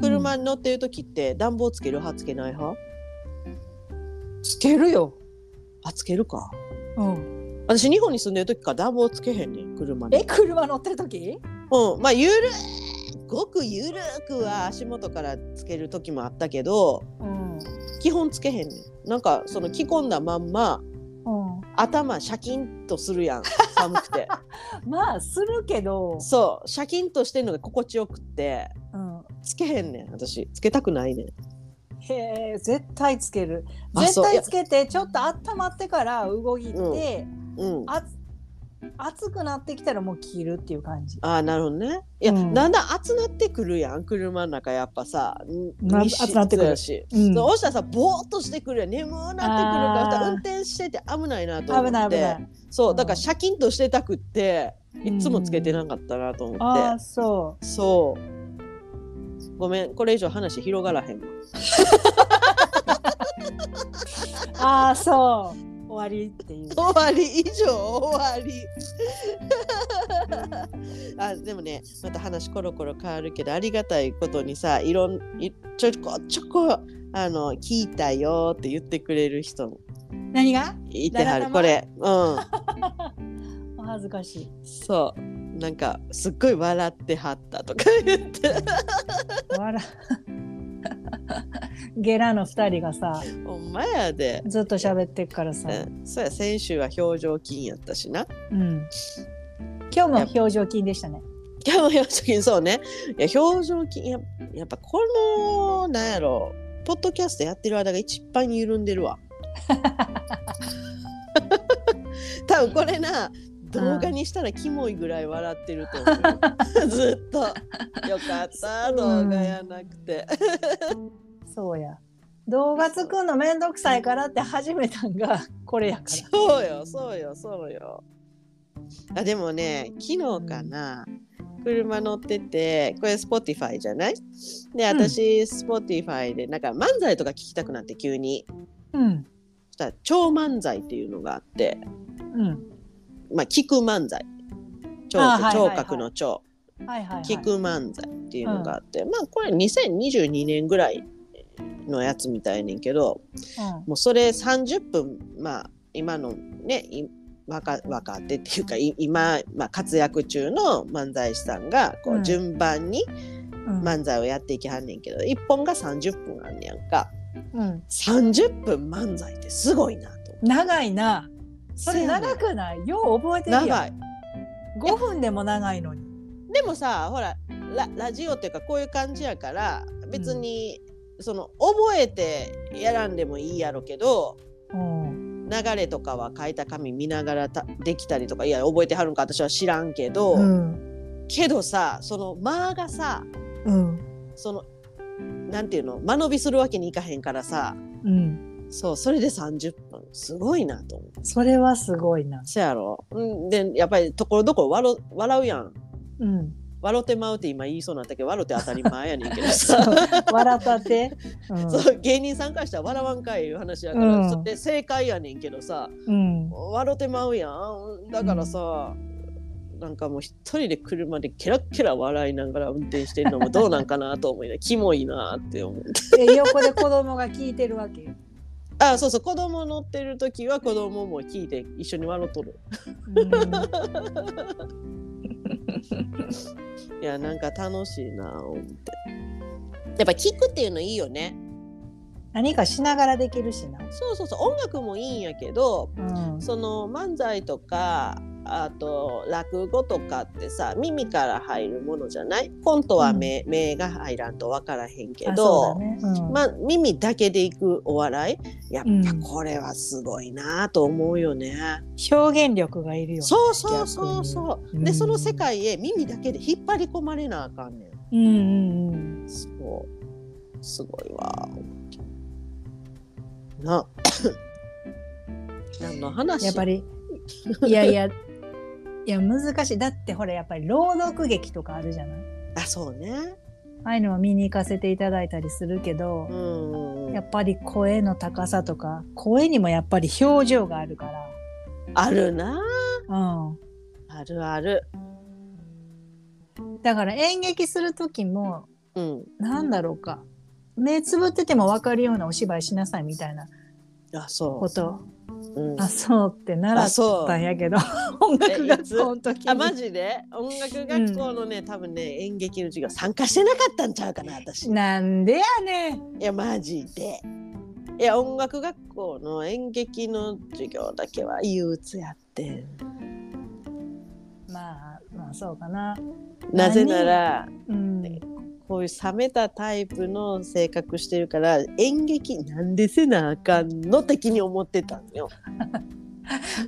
[SPEAKER 2] 車に乗ってる時って暖房つける派つけない派
[SPEAKER 1] つけるよ、
[SPEAKER 2] あつけるか。
[SPEAKER 1] うん、
[SPEAKER 2] 私日本に住んでる時から暖房つけへんねん車に。
[SPEAKER 1] え車乗ってる時
[SPEAKER 2] うんまあゆるごくゆるくは足元からつける時もあったけど
[SPEAKER 1] うん
[SPEAKER 2] 基本つけへんねん。なんかその着込んだまんま
[SPEAKER 1] うん
[SPEAKER 2] 頭シャキンとするやん寒くて
[SPEAKER 1] まあするけど、
[SPEAKER 2] そうシャキンとしてるのが心地よくって
[SPEAKER 1] うん、
[SPEAKER 2] つけへんねん私つけたくないねん。
[SPEAKER 1] へえ絶対つける
[SPEAKER 2] あ
[SPEAKER 1] 絶
[SPEAKER 2] そうい
[SPEAKER 1] 対
[SPEAKER 2] や
[SPEAKER 1] つけてちょっと温まってから動いて、
[SPEAKER 2] うん、
[SPEAKER 1] あつ暑くなってきたらもう着るっていう感じ
[SPEAKER 2] あーなるほどね。いや、
[SPEAKER 1] うん
[SPEAKER 2] だんだん暑なってくるやん車の中やっぱさん
[SPEAKER 1] な
[SPEAKER 2] 日
[SPEAKER 1] 暑なってくる
[SPEAKER 2] 室やし、
[SPEAKER 1] うん
[SPEAKER 2] そうしたらさぼーっとしてくるやん眠ーなってくるから
[SPEAKER 1] あー
[SPEAKER 2] だから運転してて危ないなと思って
[SPEAKER 1] 危ない危ない
[SPEAKER 2] そううんだからシャキンとしてたくっていつもつけてなかったなと思って、
[SPEAKER 1] ああそ
[SPEAKER 2] そうごめんこれ以上話広がらへんわ
[SPEAKER 1] うああそう終わりっていう
[SPEAKER 2] 終わり以上終わり <laughs> あでもねまた話コロコロ変わるけどありがたいことにさいろんいちょこちょこあの聞いたよって言ってくれる人も
[SPEAKER 1] 何が
[SPEAKER 2] いては
[SPEAKER 1] だらだ
[SPEAKER 2] る
[SPEAKER 1] ら
[SPEAKER 2] これう
[SPEAKER 1] お恥ずかしい
[SPEAKER 2] んそうなんかすっごい笑ってはったとか言 <laughs> って
[SPEAKER 1] 笑 <laughs> ゲラの二人がさ
[SPEAKER 2] ほんまやで、
[SPEAKER 1] ずっと喋ってっからさ、
[SPEAKER 2] うん、そうや先週は表情筋やったしな
[SPEAKER 1] うん、今日も表情筋でしたね
[SPEAKER 2] <laughs> いや表情筋そうねいや表情筋ややっぱこのなんやろポッドキャストやってる間が一番緩んで <laughs> るわ多分これな動画にしたらキモいぐらい笑ってると思 <laughs> うずっとよかった動画やなくて
[SPEAKER 1] そうや。動画作るのめんどくさいからって始めたんがこれやか
[SPEAKER 2] そうよそうよそうよあでもね昨日かな車乗っててこれ Spotify じゃないで
[SPEAKER 1] うん
[SPEAKER 2] 私、Spotify でなんか漫才とか聞きたくなって急に
[SPEAKER 1] ら。うん。
[SPEAKER 2] そしたら超漫才っていうのがあって
[SPEAKER 1] うん。
[SPEAKER 2] まあ聞く漫才聴
[SPEAKER 1] あはいはい
[SPEAKER 2] 聴
[SPEAKER 1] はい
[SPEAKER 2] 覚の聴
[SPEAKER 1] はいはい、はい。
[SPEAKER 2] 聞く漫才っていうのがあって、まあこれ2022年ぐらいのやつみたいねんけど、もうそれ30分まあ今のねい若若手っていうかい今、まあ、活躍中の漫才師さんがこ
[SPEAKER 1] う
[SPEAKER 2] うん順番に、
[SPEAKER 1] うん
[SPEAKER 2] 漫才をやっていきはんねんけど1本が30分あんねやんか
[SPEAKER 1] うん、
[SPEAKER 2] 30分漫才ってすごいなと思う
[SPEAKER 1] 長いなそれ
[SPEAKER 2] せやねん
[SPEAKER 1] 長くないよう覚えてるや
[SPEAKER 2] 長
[SPEAKER 1] ん
[SPEAKER 2] い
[SPEAKER 1] 5分でも長いのに
[SPEAKER 2] でもさほらララジオっていうかこういう感じやから別に、その覚えてやらんでもいいやろけど
[SPEAKER 1] うん
[SPEAKER 2] 流れとかは書いた紙見ながらたできたりとかいや覚えてはるんか私は知らんけど、
[SPEAKER 1] うん
[SPEAKER 2] けどさその間がさ
[SPEAKER 1] うん
[SPEAKER 2] そのなんていうの間延びするわけにいかへんからさ
[SPEAKER 1] うん
[SPEAKER 2] そうそれで30分すごいなと思う
[SPEAKER 1] それはすごいな
[SPEAKER 2] そやろうんでやっぱりところどころ笑う笑うやん <laughs>
[SPEAKER 1] うん
[SPEAKER 2] 笑ってまうって今言いそうになったけど笑って当たり前やねんけど
[SPEAKER 1] そ
[SPEAKER 2] さ
[SPEAKER 1] <laughs> う笑ったって、
[SPEAKER 2] そう芸人さんからしたら笑わんかいいう話やから、
[SPEAKER 1] うん
[SPEAKER 2] それ正解やねんけどさ
[SPEAKER 1] うんうん
[SPEAKER 2] 笑ってまうやんだからさ、なんかもう一人で車でケラッケラ笑いながら運転してるのもどうなんかなと思いなキモいなって思う
[SPEAKER 1] で横で子供が聞いてるわ
[SPEAKER 2] <laughs>
[SPEAKER 1] け
[SPEAKER 2] あそうそう子供乗ってる時は子供も聞いて一緒に笑っとる
[SPEAKER 1] う
[SPEAKER 2] いやなんか楽しいな思ってやっぱ聞くっていうのいいよね
[SPEAKER 1] ん何かしながらできるしな。
[SPEAKER 2] そうそうそう音楽もいいんやけど
[SPEAKER 1] うん
[SPEAKER 2] その漫才とかあと落語とかってさ耳から入るものじゃないコントは目,、目が入らんと分からへんけ
[SPEAKER 1] あ
[SPEAKER 2] ど、
[SPEAKER 1] そうだねうん
[SPEAKER 2] まあ、耳だけでいくお笑いやっぱ
[SPEAKER 1] うん
[SPEAKER 2] これはすごいなと思うよね。
[SPEAKER 1] 表現力がいるよね。
[SPEAKER 2] そうそうそうそう。
[SPEAKER 1] 逆に
[SPEAKER 2] で
[SPEAKER 1] うん
[SPEAKER 2] その世界へ耳だけで引っ張り込まれなあかんねん。
[SPEAKER 1] うんうんうん。
[SPEAKER 2] そうすごいわ。
[SPEAKER 1] <coughs>
[SPEAKER 2] な何の話
[SPEAKER 1] やっぱりいやいや <laughs> いや難しいだってほらやっぱり朗読劇とかあるじゃない。
[SPEAKER 2] あそうね。
[SPEAKER 1] ああいうのを見に行かせていただいたりするけど
[SPEAKER 2] う、んうんうん
[SPEAKER 1] やっぱり声の高さとか声にもやっぱり表情があるか
[SPEAKER 2] あるな
[SPEAKER 1] ら。うん。
[SPEAKER 2] あるある。
[SPEAKER 1] だから演劇する時も
[SPEAKER 2] うん。
[SPEAKER 1] なんだろうか目つぶってても分かるようなお芝居しなさいみたいな
[SPEAKER 2] あそ
[SPEAKER 1] こと
[SPEAKER 2] う。うん、
[SPEAKER 1] あそうって習
[SPEAKER 2] あそ
[SPEAKER 1] っ
[SPEAKER 2] う
[SPEAKER 1] たんやけど音楽学校の時に
[SPEAKER 2] あマジで音楽学校のね、多分ね演劇の授業参加してなかったんちゃうかな私。い
[SPEAKER 1] なんでやねん
[SPEAKER 2] やマジで。いや音楽学校の演劇の授業だけは憂鬱やってん
[SPEAKER 1] まあまあそうかな
[SPEAKER 2] なぜなら
[SPEAKER 1] うん
[SPEAKER 2] こういう冷めたタイプの性格してるから演劇なんでせなあかんの的に思ってたんよ。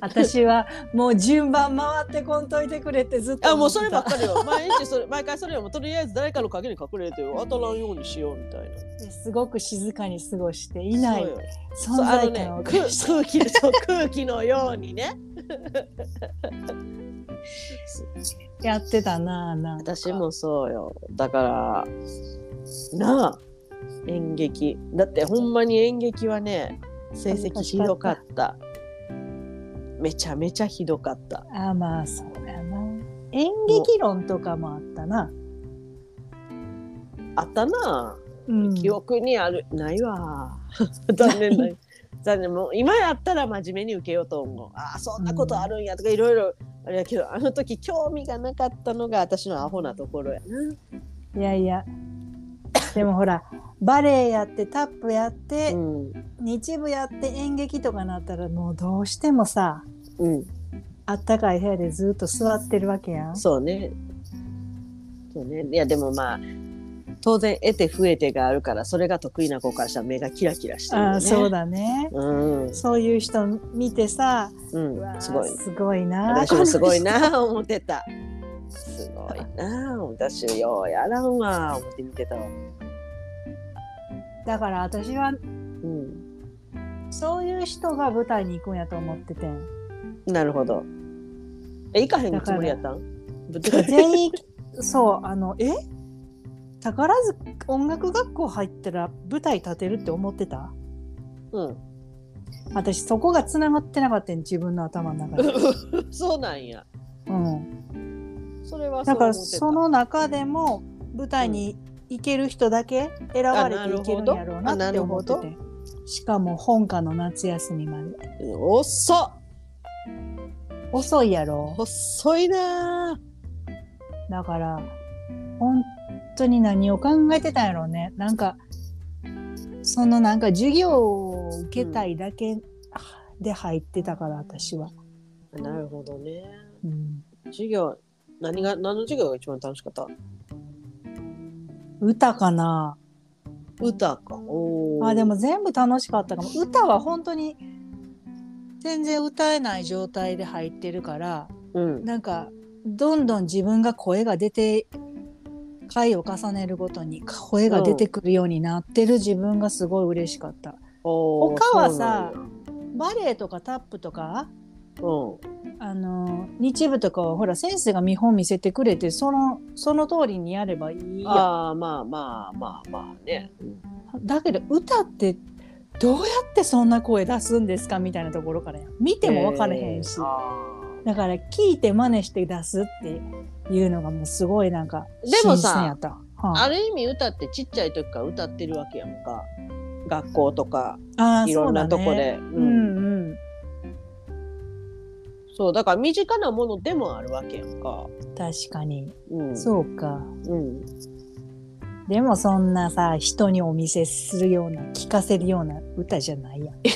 [SPEAKER 1] 私はもう順番回ってこんといてくれってずっと
[SPEAKER 2] あ
[SPEAKER 1] 思
[SPEAKER 2] もう
[SPEAKER 1] って
[SPEAKER 2] そ
[SPEAKER 1] た
[SPEAKER 2] ればっかりよ。毎日それ毎回それよ。もうとりあえず誰かの陰に隠れて当たらんようにしようみたいな。
[SPEAKER 1] ですごく静かに過ごしていない
[SPEAKER 2] そうよ
[SPEAKER 1] 存
[SPEAKER 2] そうあの
[SPEAKER 1] 在
[SPEAKER 2] ね
[SPEAKER 1] 感を
[SPEAKER 2] 空空気そう空気のようにね。
[SPEAKER 1] やってたなあなんか
[SPEAKER 2] 私もそうよ。だからなあ演劇だってほんまに演劇はね成績ひどかった。めちゃめちゃひどかった。
[SPEAKER 1] あまあそうやな演劇論とかもあったな、
[SPEAKER 2] あったなあ。
[SPEAKER 1] うん、
[SPEAKER 2] 記憶にある、ないわ <laughs> 残念な残念もう今やったら真面目に受けようと思うああそんなことあるんやとかいろいろあれやけどあの時興味がなかったのが私のアホなところや
[SPEAKER 1] いやいやでもほらバレエやってタップやって、
[SPEAKER 2] うん
[SPEAKER 1] 日舞やって演劇とかなったらもうどうしてもさ
[SPEAKER 2] うん
[SPEAKER 1] あったかい部屋でずっと座ってるわけやん。
[SPEAKER 2] そうねそうねいやでもまあ当然得て増えてがあるからそれが得意な子からしたら目がキラキラしてるよね
[SPEAKER 1] あそうだね。
[SPEAKER 2] うん
[SPEAKER 1] そういう人見てさ、う
[SPEAKER 2] う
[SPEAKER 1] わ
[SPEAKER 2] ん
[SPEAKER 1] ー
[SPEAKER 2] すごい
[SPEAKER 1] すごいな。
[SPEAKER 2] 私もすごい
[SPEAKER 1] こ
[SPEAKER 2] な思ってたすごいな私ようやらんわ思って見てたわ
[SPEAKER 1] の <laughs> 人。だから私は
[SPEAKER 2] うん
[SPEAKER 1] そういう人が舞台に行くんやと思ってて。
[SPEAKER 2] なるほど。え、行かへんつもりやったん舞台
[SPEAKER 1] 全員そうあのえ宝塚音楽学校入ったら舞台立てるって思ってた
[SPEAKER 2] うん。
[SPEAKER 1] 私そこがつながってなかったん自分の頭の中
[SPEAKER 2] <laughs>
[SPEAKER 1] で。
[SPEAKER 2] そうなんや。
[SPEAKER 1] うん
[SPEAKER 2] それはそう
[SPEAKER 1] だか
[SPEAKER 2] 思
[SPEAKER 1] ら
[SPEAKER 2] ってた
[SPEAKER 1] その中でも舞台に行ける人だけ選ばれていけるんやろうなって思って
[SPEAKER 2] あな
[SPEAKER 1] てしかも本家の夏休みまで
[SPEAKER 2] 遅っ
[SPEAKER 1] 遅いやろ
[SPEAKER 2] 遅いな
[SPEAKER 1] だから本当に何を考えてたんやろうねなんかそのなんか授業を受けたいだけで入ってたから私は、
[SPEAKER 2] なるほどね。
[SPEAKER 1] うん、
[SPEAKER 2] 授業、何が、何の授業が一番楽しかった
[SPEAKER 1] 歌かな
[SPEAKER 2] 歌か。おー
[SPEAKER 1] あでも、全部楽しかったかも歌は本当に全然歌えない状態で入ってるから
[SPEAKER 2] うん。
[SPEAKER 1] なんかどんどん自分が声が出て回を重ねるごとに声が出てくるようになってる自分がすごい嬉しかった。
[SPEAKER 2] おー
[SPEAKER 1] 他はさ、バレエとかタップとか
[SPEAKER 2] そうなんや
[SPEAKER 1] あの日舞とかはほら先生が見本見せてくれてそのその通りにやればいい
[SPEAKER 2] うん。
[SPEAKER 1] や
[SPEAKER 2] ああ、まあまあまあまあね。うん
[SPEAKER 1] んだけど歌ってどうやってそんな声出すんですかみたいなところからやん見ても分からへんし、
[SPEAKER 2] えーあ
[SPEAKER 1] だから聞いて真似して出すっていうのがもうすごいなんか
[SPEAKER 2] でもさ
[SPEAKER 1] 新鮮やった、は
[SPEAKER 2] ー
[SPEAKER 1] あ、
[SPEAKER 2] ある意味歌ってちっちゃい時から歌ってるわけやんか。学校とか、
[SPEAKER 1] あー
[SPEAKER 2] いろんなとこ
[SPEAKER 1] そうだね
[SPEAKER 2] で。
[SPEAKER 1] う
[SPEAKER 2] うん
[SPEAKER 1] んうん
[SPEAKER 2] そう、だから身近なものでもあるわけやんか。
[SPEAKER 1] 確かに、
[SPEAKER 2] うん。
[SPEAKER 1] そうか
[SPEAKER 2] うん。
[SPEAKER 1] でもそんなさ人にお見せするような聞かせるような歌じゃないやん
[SPEAKER 2] い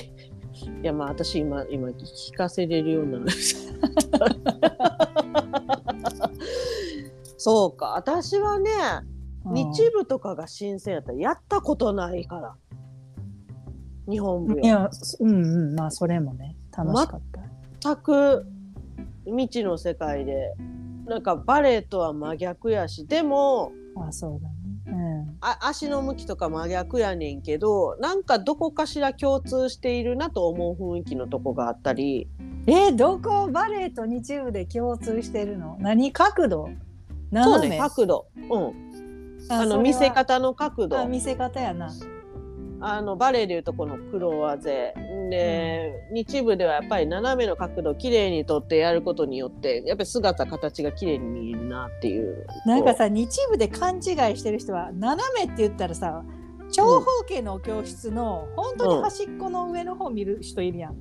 [SPEAKER 2] やまあ私今今聞かせれるよう <laughs> なそうか私はね日舞とかが新鮮やったらやったことないから日本舞
[SPEAKER 1] い
[SPEAKER 2] 踊
[SPEAKER 1] や、そうんうん、まあそれもね、楽しかった。
[SPEAKER 2] 全く未知の世界でなんかバレエとは真逆やしでも
[SPEAKER 1] あ、そうだね。
[SPEAKER 2] あ足の向きとか真逆やねんけどなんかどこかしら共通しているなと思う雰囲気のとこがあったり
[SPEAKER 1] うん。えどこバレエと日舞で共通してるの？何角度？
[SPEAKER 2] そう
[SPEAKER 1] 斜
[SPEAKER 2] ね
[SPEAKER 1] め。
[SPEAKER 2] 角度うん
[SPEAKER 1] あ
[SPEAKER 2] あ
[SPEAKER 1] それ
[SPEAKER 2] の
[SPEAKER 1] は
[SPEAKER 2] 見せ方の角度
[SPEAKER 1] あ、見せ方やな。
[SPEAKER 2] あのバレエでいうとこの黒技で、日舞ではやっぱり斜めの角度をきれいにとってやることによってやっぱり姿形がきれいに見えるなっていう
[SPEAKER 1] なんかさ、日舞で勘違いしてる人は斜めって言ったらさ、長方形のお教室の本当に端っこの上の方見る人いるやん。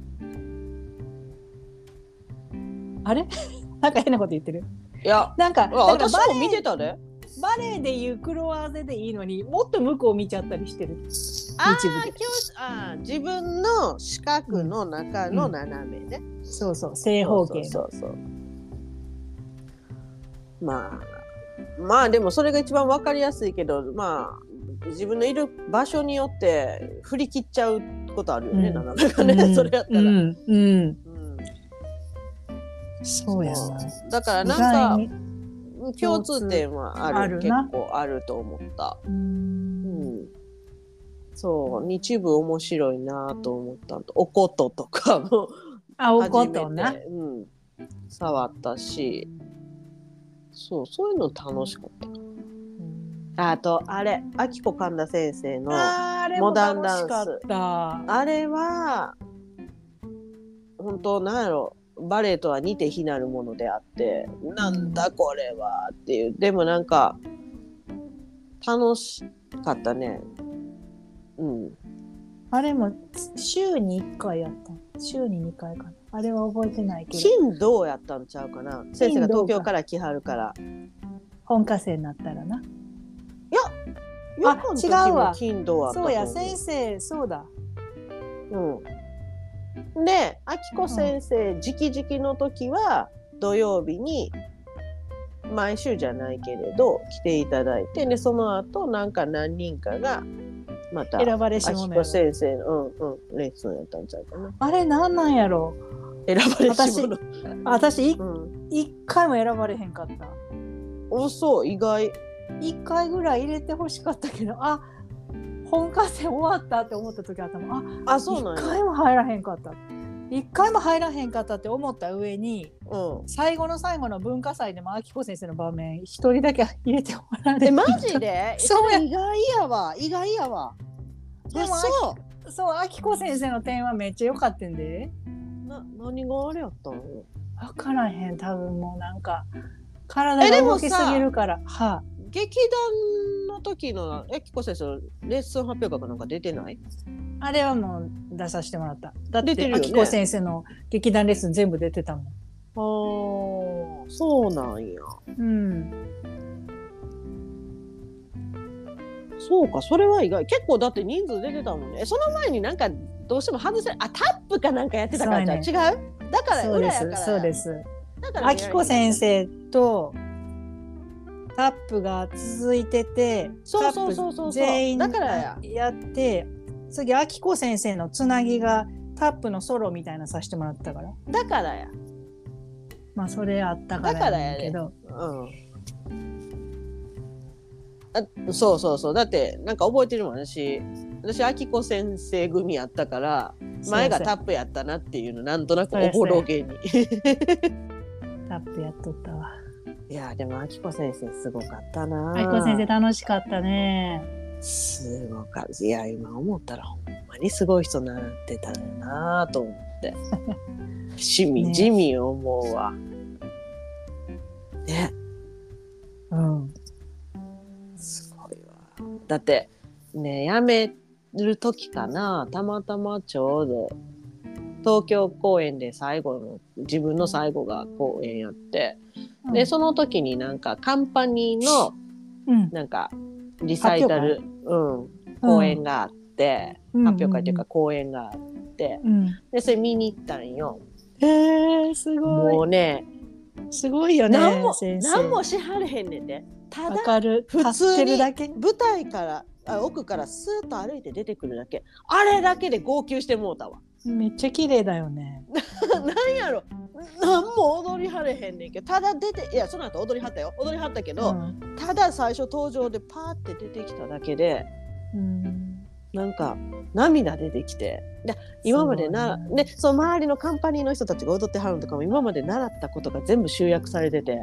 [SPEAKER 1] あれ？ <laughs> なんか変なこと言ってる。
[SPEAKER 2] いや
[SPEAKER 1] なんか
[SPEAKER 2] あ
[SPEAKER 1] だから
[SPEAKER 2] 私
[SPEAKER 1] バレ
[SPEAKER 2] も見てたで
[SPEAKER 1] バレエでいうクロワーゼでいいのにもっと向こう見ちゃったりしてる日
[SPEAKER 2] あ
[SPEAKER 1] 舞
[SPEAKER 2] ー
[SPEAKER 1] で
[SPEAKER 2] 教室あー自分の四角の中の斜めね、
[SPEAKER 1] そうそう正方形の
[SPEAKER 2] そうそうそうまあまあでもそれが一番わかりやすいけどまあ自分のいる場所によって振り切っちゃうことあるよね、
[SPEAKER 1] うん
[SPEAKER 2] 斜めがね、それやったら、
[SPEAKER 1] うん、うん、
[SPEAKER 2] うん
[SPEAKER 1] そうやな
[SPEAKER 2] だから
[SPEAKER 1] 意
[SPEAKER 2] な
[SPEAKER 1] 外
[SPEAKER 2] ん
[SPEAKER 1] に
[SPEAKER 2] か共通点はある
[SPEAKER 1] ある
[SPEAKER 2] 結
[SPEAKER 1] な
[SPEAKER 2] 構あると思った、
[SPEAKER 1] う
[SPEAKER 2] うんん、そう日舞面白いなと思ったのとおこととかも
[SPEAKER 1] あおこ
[SPEAKER 2] 初
[SPEAKER 1] と
[SPEAKER 2] め
[SPEAKER 1] な
[SPEAKER 2] て、うん、触ったしそうそういうの楽しかったあとあれあきこ神田先生の
[SPEAKER 1] あー
[SPEAKER 2] あ
[SPEAKER 1] あれ
[SPEAKER 2] モ
[SPEAKER 1] も
[SPEAKER 2] ダン
[SPEAKER 1] 楽
[SPEAKER 2] ダン
[SPEAKER 1] し
[SPEAKER 2] ス
[SPEAKER 1] かった
[SPEAKER 2] れは本当なんやろバレエとは似て非なるものであってなんだこれはっていうでもなんか楽しかったねうん
[SPEAKER 1] あれも週に1回やった週に2回かなあれは覚えてないけど
[SPEAKER 2] 金どうやったんちゃうかな先生が東京から来はるから
[SPEAKER 1] 本科生になったらな
[SPEAKER 2] ヨコの時
[SPEAKER 1] あ違う
[SPEAKER 2] も
[SPEAKER 1] わ
[SPEAKER 2] 金どうやったと
[SPEAKER 1] そう
[SPEAKER 2] 思
[SPEAKER 1] や先生そうだ
[SPEAKER 2] うん、で、あきこ先生、直々の時は土曜日に毎週じゃないけれど来ていただいてでその後なんか何人かがまたあ
[SPEAKER 1] 選ばれし
[SPEAKER 2] き
[SPEAKER 1] 者や
[SPEAKER 2] こ
[SPEAKER 1] ろ
[SPEAKER 2] 先生の、うんうん、レッスンやったんちゃうかな
[SPEAKER 1] あれなんなんやろ
[SPEAKER 2] 選ばれし <laughs> 者、
[SPEAKER 1] 私い
[SPEAKER 2] うん、
[SPEAKER 1] 一回も選ばれへんかった
[SPEAKER 2] おそう意外
[SPEAKER 1] 1回ぐらい入れてほしかったけどあ本科生終わったって思った時あったもんあ
[SPEAKER 2] あそうなん
[SPEAKER 1] 一
[SPEAKER 2] や、
[SPEAKER 1] 回も入らへんかった一回も入らへんかったって思った上に
[SPEAKER 2] うん、
[SPEAKER 1] 最後の最後の文化祭でもあきこ先生の場面一人だけ入れてもらえ
[SPEAKER 2] えマジで
[SPEAKER 1] そうや
[SPEAKER 2] 意外やわ意外やわ
[SPEAKER 1] でも
[SPEAKER 2] あそ
[SPEAKER 1] そうあきこ先生の点はめっちゃ良かったんで
[SPEAKER 2] うな何があれやったの
[SPEAKER 1] 分からへん多分もうなんか体が動きすぎるからは
[SPEAKER 2] 劇団の時のえきこ先生のレッスン発表会かなんか出てない
[SPEAKER 1] あ、あれはもう出させてもらっただっ
[SPEAKER 2] 出てる
[SPEAKER 1] て
[SPEAKER 2] よ
[SPEAKER 1] あ
[SPEAKER 2] ね
[SPEAKER 1] きこ先生の劇団レッスン全部出てたもん
[SPEAKER 2] あーそうなんや
[SPEAKER 1] うん
[SPEAKER 2] そうかそれは意外結構だって人数出てたもんねえその前になんかどうしても外せあタップかなんかやってたからじゃん
[SPEAKER 1] そ
[SPEAKER 2] 違うだから
[SPEAKER 1] そう
[SPEAKER 2] 裏
[SPEAKER 1] で
[SPEAKER 2] やから
[SPEAKER 1] すそうです。
[SPEAKER 2] だから
[SPEAKER 1] あきこ先生とタップが続いてて
[SPEAKER 2] そうそうそうそうそ
[SPEAKER 1] タ
[SPEAKER 2] う
[SPEAKER 1] ップ全員
[SPEAKER 2] だからや
[SPEAKER 1] やって次あきこ先生のつなぎがタップのソロみたいなさせてもらったから
[SPEAKER 2] だからや
[SPEAKER 1] まあそれあったからやねんけど
[SPEAKER 2] うんあそうそうそうだってなんか覚えてるもん私私あきこ先生組やったから前がタ
[SPEAKER 1] ッ
[SPEAKER 2] ップやったなっていうのなんとなく
[SPEAKER 1] そうで
[SPEAKER 2] お
[SPEAKER 1] すね
[SPEAKER 2] ぼろげに
[SPEAKER 1] プタップやっとったわ
[SPEAKER 2] いやでもあきこ先生すごかったな
[SPEAKER 1] あきこ先生楽しかったね
[SPEAKER 2] すごかったいや今思ったらほんまにすごい人になってたんだなと思って
[SPEAKER 1] <laughs>
[SPEAKER 2] しみじみ思うわね
[SPEAKER 1] うん
[SPEAKER 2] すごいわだってねやめる時かなたまたまちょうど東京公演で最後の自分の最後が公演やって、でその時になんかカンパニーの
[SPEAKER 1] うん
[SPEAKER 2] なんかリサイタル、うん、公演があって。発表会というか公演があって、
[SPEAKER 1] うん
[SPEAKER 2] でそれ見に行ったんよ。
[SPEAKER 1] へえす
[SPEAKER 2] も
[SPEAKER 1] ごいう
[SPEAKER 2] ね
[SPEAKER 1] すごいよね
[SPEAKER 2] 何も
[SPEAKER 1] 先生
[SPEAKER 2] 何もしはれへんねんでただ
[SPEAKER 1] 明る
[SPEAKER 2] 普
[SPEAKER 1] 立っ
[SPEAKER 2] 通
[SPEAKER 1] て
[SPEAKER 2] に
[SPEAKER 1] るだけ
[SPEAKER 2] 舞台からあ奥からスーッと歩いて出てくるだけあれだけで号泣してもうたわ。
[SPEAKER 1] めっちゃ綺麗だよね
[SPEAKER 2] なんやろ何も踊りはれへんねんけどただ出ていやその後踊りはったよ踊りはったけど、
[SPEAKER 1] う
[SPEAKER 2] ただ最初登場でパーって出てきただけで。
[SPEAKER 1] ん
[SPEAKER 2] なんか涙出てきてで今までな、
[SPEAKER 1] すごい
[SPEAKER 2] でその周りのカンパニーの人たちが踊ってはるのとかも今まで習ったことが全部集約されてて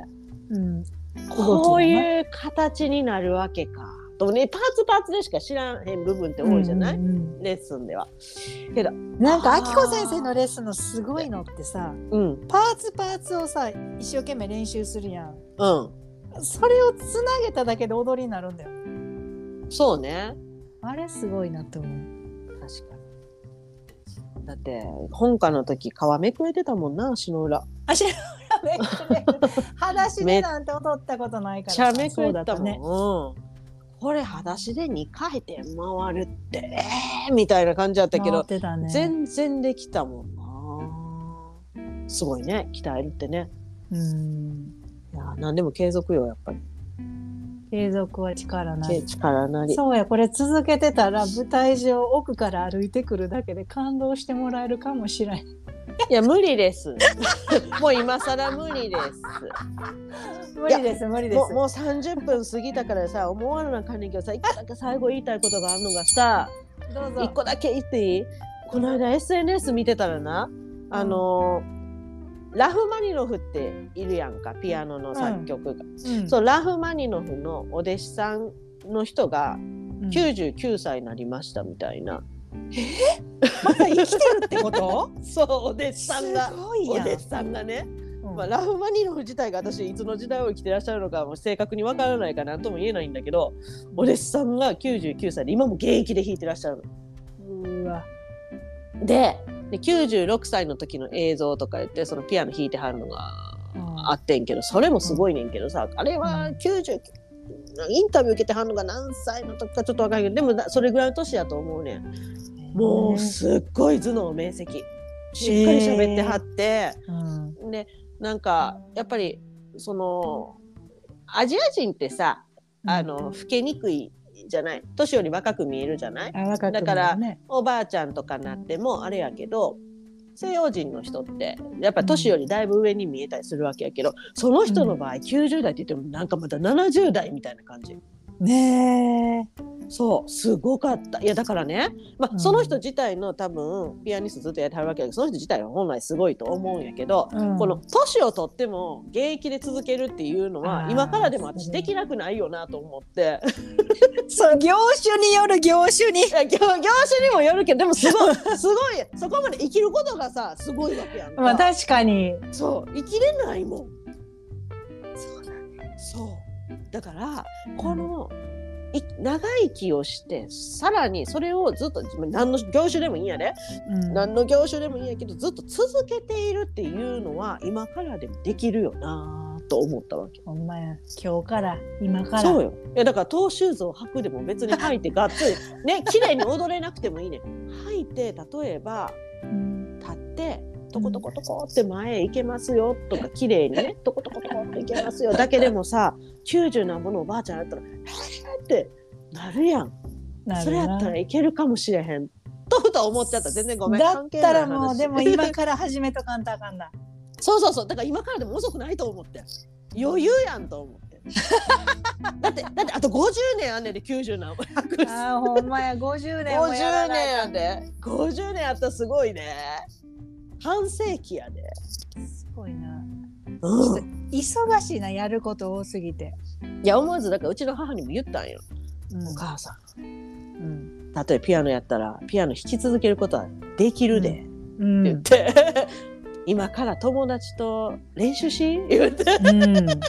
[SPEAKER 1] うん
[SPEAKER 2] こういう形になるわけかとねパーツパーツでしか知らんへん部分って多いじゃない、
[SPEAKER 1] うんうん
[SPEAKER 2] レッスンでは。
[SPEAKER 1] うんなんかあきこ先生のレッスンのすごいのってさ
[SPEAKER 2] うん
[SPEAKER 1] パーツパーツをさ一生懸命練習するやん
[SPEAKER 2] うん
[SPEAKER 1] それをつなげただけで踊りになるんだよ
[SPEAKER 2] そうね
[SPEAKER 1] あれすごいなと思う
[SPEAKER 2] 確かにだって本家の時皮めくれてたもんな足の裏
[SPEAKER 1] 足の裏めくれる裸足でなんて踊ったことないから
[SPEAKER 2] しゃめくれ
[SPEAKER 1] そうだ
[SPEAKER 2] てたもん、うんこれ裸足で2回転回るってえー、みたいな感じだったけ
[SPEAKER 1] 回
[SPEAKER 2] ど
[SPEAKER 1] ってたね
[SPEAKER 2] 全然できたもんなすごいね鍛えるってね
[SPEAKER 1] うん
[SPEAKER 2] いや何でも継続よやっぱり
[SPEAKER 1] 継続は力な
[SPEAKER 2] け
[SPEAKER 1] り
[SPEAKER 2] 力なり
[SPEAKER 1] そうやこれ続けてたら舞台上奥から歩いてくるだけで感動してもらえるかもしれん
[SPEAKER 2] いや無理です
[SPEAKER 1] <laughs>
[SPEAKER 2] もう今更無理で
[SPEAKER 1] 無理です無理
[SPEAKER 2] す
[SPEAKER 1] で
[SPEAKER 2] も
[SPEAKER 1] す
[SPEAKER 2] うもう30分過ぎたからさ思わなあかんねんけどさ一個だけ最後言いたいことがあるのがさ
[SPEAKER 1] どう
[SPEAKER 2] 一個だけ言っていいこの間 SNS 見てたらなあのーラフマニノフっているやんかピアノの作曲が、
[SPEAKER 1] うん
[SPEAKER 2] そうラフマニノフのお弟子さんの人が
[SPEAKER 1] うん
[SPEAKER 2] 99歳になりましたみたいな、
[SPEAKER 1] まだ生きてるってこと
[SPEAKER 2] <laughs> そうお弟子さんが
[SPEAKER 1] すごい
[SPEAKER 2] お
[SPEAKER 1] やん
[SPEAKER 2] 弟子さんがね、
[SPEAKER 1] うん
[SPEAKER 2] まあ、ラフマニノフ自体が私いつの時代を生きてらっしゃるのかもう正確にわからないから何とも言えないんだけどお弟子さんが99歳で今も現役で弾いてらっしゃるの。
[SPEAKER 1] うわ
[SPEAKER 2] でで96歳の時の映像とか言ってそのピアノ弾いてはるのがあってんけどそれもすごいねんけどさあれは90インタビュー受けてはんのが何歳の時かちょっとわからんけどでもなそれぐらいの年やと思うねんもうすっごい頭脳明晰しっかり喋ってはって、
[SPEAKER 1] うん
[SPEAKER 2] でなんかやっぱりそのアジア人ってさあの老けにくいじゃない年より若く見えるじゃない
[SPEAKER 1] あ若くな
[SPEAKER 2] だ
[SPEAKER 1] る
[SPEAKER 2] から
[SPEAKER 1] ね
[SPEAKER 2] おばあちゃんとかなってもあれやけど西洋人の人ってやっぱ年よりだいぶ上に見えたりするわけやけどその人の場合90代って言ってもなんかまだ70代みたいな感じ
[SPEAKER 1] ね
[SPEAKER 2] そうすごかったいやだからね、ま
[SPEAKER 1] う
[SPEAKER 2] あ、
[SPEAKER 1] ん
[SPEAKER 2] その人自体の多分ピアニストずっとやってはるわけやけどその人自体は本来すごいと思うんやけど
[SPEAKER 1] え、うん
[SPEAKER 2] この年を取っても現役で続けるっていうの
[SPEAKER 1] あ
[SPEAKER 2] は
[SPEAKER 1] ー
[SPEAKER 2] 今からでも私
[SPEAKER 1] そう
[SPEAKER 2] できなくないよなと思って。
[SPEAKER 1] そう業種による業種に
[SPEAKER 2] いや業業種にもよるけどでもすごいすごいそこまで生きることがさすごいわけやんか、
[SPEAKER 1] まあ確かに
[SPEAKER 2] そう生きれないもんそうだからこのい長生きをしてさらにそれをずっとまあ何の業種でもいいんやで、
[SPEAKER 1] うん
[SPEAKER 2] 何の業種でもいいんやけどずっと続けているっていうのは今からでもできるよなと思ったわけ。
[SPEAKER 1] ほんまや今日から今から
[SPEAKER 2] そうよ。いやだからトーシューズを履くでも別に履いてがっつり
[SPEAKER 1] <laughs>
[SPEAKER 2] ね綺麗に踊れなくてもいいねん。履いて例えば
[SPEAKER 1] うん
[SPEAKER 2] 立ってトコトコトコって前へ行けますよとか綺麗
[SPEAKER 1] <laughs>
[SPEAKER 2] にねトコトコトコって行けますよだけでもさ90なんぼのおばあちゃんやったら「へーってなるやん。
[SPEAKER 1] な
[SPEAKER 2] そ
[SPEAKER 1] る
[SPEAKER 2] れや
[SPEAKER 1] な
[SPEAKER 2] ったらいけるかもしれへん。とふと思っちゃった全然ごめん。
[SPEAKER 1] だ
[SPEAKER 2] 関
[SPEAKER 1] っ
[SPEAKER 2] 係
[SPEAKER 1] た
[SPEAKER 2] ない
[SPEAKER 1] ら
[SPEAKER 2] 話
[SPEAKER 1] もうでも今から始めとかんとあかん
[SPEAKER 2] <laughs>
[SPEAKER 1] な
[SPEAKER 2] そうそうそうだから今からでも遅くないと思って余裕やんと思
[SPEAKER 1] <laughs>
[SPEAKER 2] ってだってだってあと50年あんねんで90な
[SPEAKER 1] あーほんまや50年も
[SPEAKER 2] 50
[SPEAKER 1] やら
[SPEAKER 2] 年
[SPEAKER 1] ない
[SPEAKER 2] やで50年あったらすごいね半世紀やで、
[SPEAKER 1] すごいな
[SPEAKER 2] う
[SPEAKER 1] ちょっ忙しいなやること多すぎて、
[SPEAKER 2] いや思わずだからうちの母にも言ったんよ、
[SPEAKER 1] うん
[SPEAKER 2] お母さ
[SPEAKER 1] う
[SPEAKER 2] ん
[SPEAKER 1] ん
[SPEAKER 2] 例えばピアノやったらピアノ弾き続けることはできるで、って
[SPEAKER 1] うん
[SPEAKER 2] 言って、 <laughs> 今から友達と練習し言って
[SPEAKER 1] <laughs>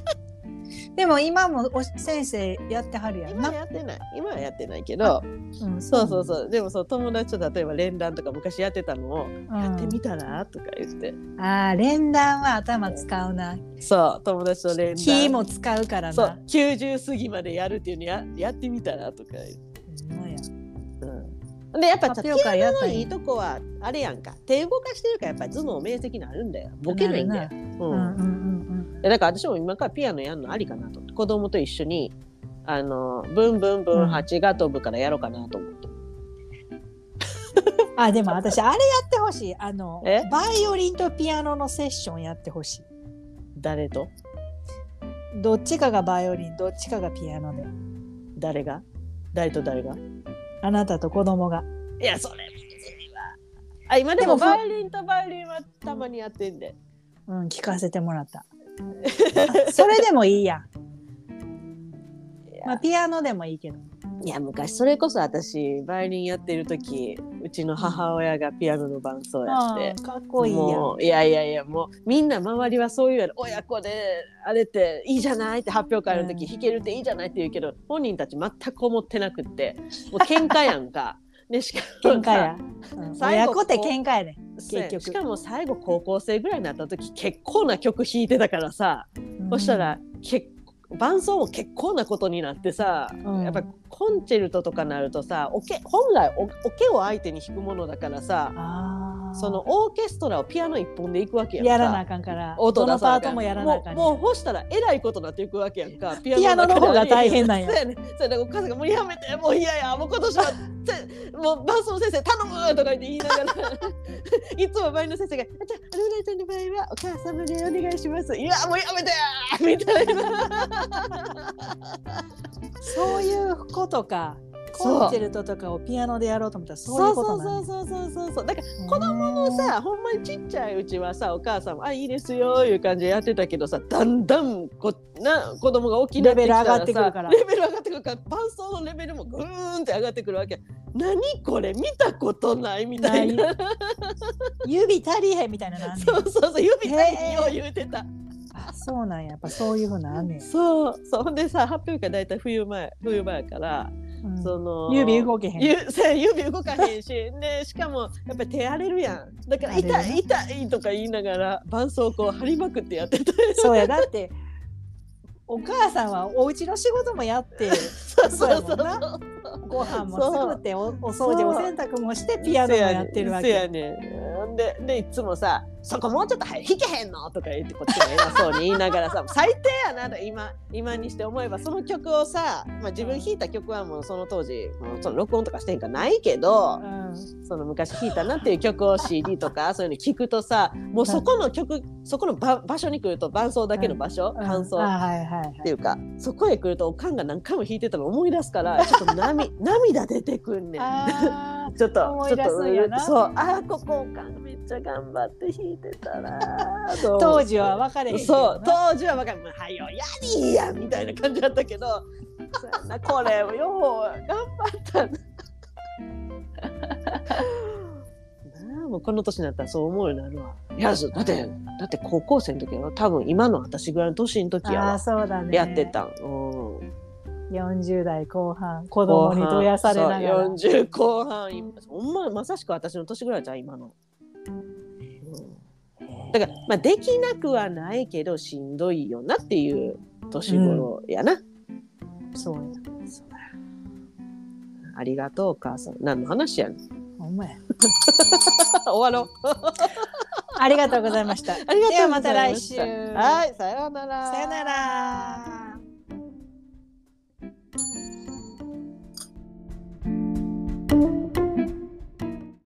[SPEAKER 1] でも今もお先生やってはるやん
[SPEAKER 2] 今
[SPEAKER 1] な
[SPEAKER 2] は。やってない今はやってないけどそうそうそうでもそう友達と例えば連弾とか昔やってたのを
[SPEAKER 1] うん。
[SPEAKER 2] やってみたらとか言って
[SPEAKER 1] ああ連弾は頭使うな。
[SPEAKER 2] そう友達と連弾
[SPEAKER 1] キーも使うからな。
[SPEAKER 2] そう90過ぎまでやるっていうのややってみたらとか言って
[SPEAKER 1] ほんまや
[SPEAKER 2] うん、でやっぱ
[SPEAKER 1] 発
[SPEAKER 2] ピ
[SPEAKER 1] 表会
[SPEAKER 2] ア
[SPEAKER 1] や
[SPEAKER 2] ノ
[SPEAKER 1] っ
[SPEAKER 2] の
[SPEAKER 1] たんや
[SPEAKER 2] いいとこはあれやんか手動かしてるからやっぱ頭脳明晰になるんだよボケないんだよ
[SPEAKER 1] な、
[SPEAKER 2] う
[SPEAKER 1] うんんうんうん
[SPEAKER 2] でだから私も今からピアノやるのありかなと思って子供と一緒にあのブンブンブン蜂が飛ぶからやろうかなと思って、
[SPEAKER 1] うん。あでも私あれやってほしい。あの
[SPEAKER 2] え
[SPEAKER 1] バイオリンとピアノのセッションやってほしい。
[SPEAKER 2] 誰と
[SPEAKER 1] どっちかがバイオリンどっちかがピアノで。
[SPEAKER 2] 誰が誰と誰が
[SPEAKER 1] あなたと子供が。
[SPEAKER 2] いや、それむずいわ。あ、今でも
[SPEAKER 1] でも
[SPEAKER 2] バイオリンとバイオリンはたまにやってんで。
[SPEAKER 1] うん聞かせてもら
[SPEAKER 2] <laughs>
[SPEAKER 1] った。あそれでもいいやん。まあピアノでもいいけど。
[SPEAKER 2] いや、昔それこそ私、バイオリンやってる時、うちの母親がピアノの伴奏やって。
[SPEAKER 1] うんかっこいいやん。
[SPEAKER 2] もういやいやいやもうみんな周りはそういうやろ親子であれっていいじゃないって発表会の時、
[SPEAKER 1] うん
[SPEAKER 2] 弾けるっていいじゃないって言うけど本人たち全く思ってなくってもう喧嘩やん <laughs> かねしかもさ
[SPEAKER 1] 喧嘩や。うん
[SPEAKER 2] 最
[SPEAKER 1] 親
[SPEAKER 2] 後
[SPEAKER 1] 子って喧嘩やで。
[SPEAKER 2] そうや
[SPEAKER 1] 結局
[SPEAKER 2] しかも最後高校生ぐらいになった時結構な曲弾いてたからさそしたら結伴奏も結構なことになってさ、
[SPEAKER 1] うん
[SPEAKER 2] やっぱコンチェルトとかなるとさオケ本来おオケを相手に弾くものだからさ
[SPEAKER 1] うん、あー
[SPEAKER 2] そのオーケストラをピアノ一本でいくわけやんか
[SPEAKER 1] やらなあかんから、
[SPEAKER 2] 音
[SPEAKER 1] ど
[SPEAKER 2] 出
[SPEAKER 1] の
[SPEAKER 2] さな
[SPEAKER 1] パ
[SPEAKER 2] あ
[SPEAKER 1] ー
[SPEAKER 2] か
[SPEAKER 1] ト
[SPEAKER 2] ん
[SPEAKER 1] もやらなあ
[SPEAKER 2] も
[SPEAKER 1] か。
[SPEAKER 2] うんもうほしたらえらいことになっていくわけやんかピ
[SPEAKER 1] ピアノの方が大変なんや
[SPEAKER 2] そう。やねそうやねお母さんが「もうやめてもう嫌やもう今年はてもう伴奏の先生頼む!」とか言って言いな
[SPEAKER 1] <laughs>
[SPEAKER 2] がら <laughs> いつもバイオリンの先生が「じゃあルナちゃんの場合はお母様でお願いします」「いやもうやめて!」みたいな。
[SPEAKER 1] そういうことか。
[SPEAKER 2] そう
[SPEAKER 1] コンチェルトとかをピアノでやろうと思ったらそう
[SPEAKER 2] そ
[SPEAKER 1] いううこと
[SPEAKER 2] そ
[SPEAKER 1] な
[SPEAKER 2] うん
[SPEAKER 1] だ。
[SPEAKER 2] そうそうそうそうだから子供のさほんまにちっちゃいうちはさお母さんもあいいですよ」いう感じでやってたけどさだんだんこな子供が大きい
[SPEAKER 1] レベル上がってくるから
[SPEAKER 2] レベル上がってくるから伴奏のレベルもぐーんって上がってくるわけ何これ見たことないみたいな
[SPEAKER 1] 指足りへんみたいなのあんねん
[SPEAKER 2] そうそうそう指たいよう言うてた、
[SPEAKER 1] あそうなんや。やっぱそういうふうなのあんねん。
[SPEAKER 2] そうそうほんでさ発表会大体冬前冬前やから、
[SPEAKER 1] うん
[SPEAKER 2] その
[SPEAKER 1] 指動けへん。
[SPEAKER 2] ゆ <laughs> そう指動かへんしでしかもやっぱり手荒れるやんだから
[SPEAKER 1] 荒れるな
[SPEAKER 2] 痛い痛いとか言いながら絆創膏を張りまくってやってた
[SPEAKER 1] そうやだって。お母さんはお家の仕事もやって
[SPEAKER 2] <laughs> そう
[SPEAKER 1] そうやもんな
[SPEAKER 2] そう
[SPEAKER 1] ご飯も
[SPEAKER 2] そう
[SPEAKER 1] 作っておお掃除
[SPEAKER 2] そう
[SPEAKER 1] お洗濯もしてピアノもやってるわ
[SPEAKER 2] せ
[SPEAKER 1] け
[SPEAKER 2] やねんせやねんででいつもさ「そこもうちょっと早い弾けへんの?」とか言ってこっちも偉そうに言いな
[SPEAKER 1] <laughs>
[SPEAKER 2] がらさ最低やなと今今にして思えばその曲をさ、まあ、自分弾いた曲はもうその当時もうその録音とかしてんかないけど、
[SPEAKER 1] うん
[SPEAKER 2] その昔弾いたなっていう曲を CD
[SPEAKER 1] <laughs>
[SPEAKER 2] とかそういうの聞くとさもうそこの曲そこのば場所に来ると伴奏だけの場所、
[SPEAKER 1] うん
[SPEAKER 2] 伴奏
[SPEAKER 1] あ
[SPEAKER 2] っ
[SPEAKER 1] はいはい <laughs> はい
[SPEAKER 2] ていうかそこへ来るとおかんが何回も弾いてたの思い出すからちょっと涙 <laughs> 涙出てくんねん。
[SPEAKER 1] あ
[SPEAKER 2] ちょっと
[SPEAKER 1] 思い
[SPEAKER 2] ちょっ
[SPEAKER 1] 出
[SPEAKER 2] と
[SPEAKER 1] すんやな
[SPEAKER 2] そうあーここおかんめっちゃ頑張って弾いてたなー
[SPEAKER 1] ー
[SPEAKER 2] と思って
[SPEAKER 1] 当時は分かれへんけ
[SPEAKER 2] そ
[SPEAKER 1] ど
[SPEAKER 2] う
[SPEAKER 1] な
[SPEAKER 2] 当時は分かる「もうはよやりーや」みたいな感じだったけどそうやなこれよう頑張ったな。なあもうこの年になったらそう思うようになるわ。いやそうだってだって高校生の時は多分今の私ぐらいの年の時や
[SPEAKER 1] ああ
[SPEAKER 2] わ、
[SPEAKER 1] そうだね
[SPEAKER 2] やってたん。うん
[SPEAKER 1] 40代後半子供にどやされなが
[SPEAKER 2] 後
[SPEAKER 1] ら
[SPEAKER 2] 半そう40後半今ほんままさしく私の年ぐらいじゃん今の。うんだから、まあ、できなくはないけどしんどいよなっていう年頃やな、
[SPEAKER 1] そうや
[SPEAKER 2] ありがとうお母さん何の話
[SPEAKER 1] <laughs>
[SPEAKER 2] やねん
[SPEAKER 1] ほんまや
[SPEAKER 2] 終わろう
[SPEAKER 1] ありがとうございました
[SPEAKER 2] <laughs> ありが
[SPEAKER 1] では
[SPEAKER 2] とう
[SPEAKER 1] ま
[SPEAKER 2] ご
[SPEAKER 1] た
[SPEAKER 2] ざ
[SPEAKER 1] 来
[SPEAKER 2] いまし
[SPEAKER 1] 週
[SPEAKER 2] たはいさようなら
[SPEAKER 1] さよなら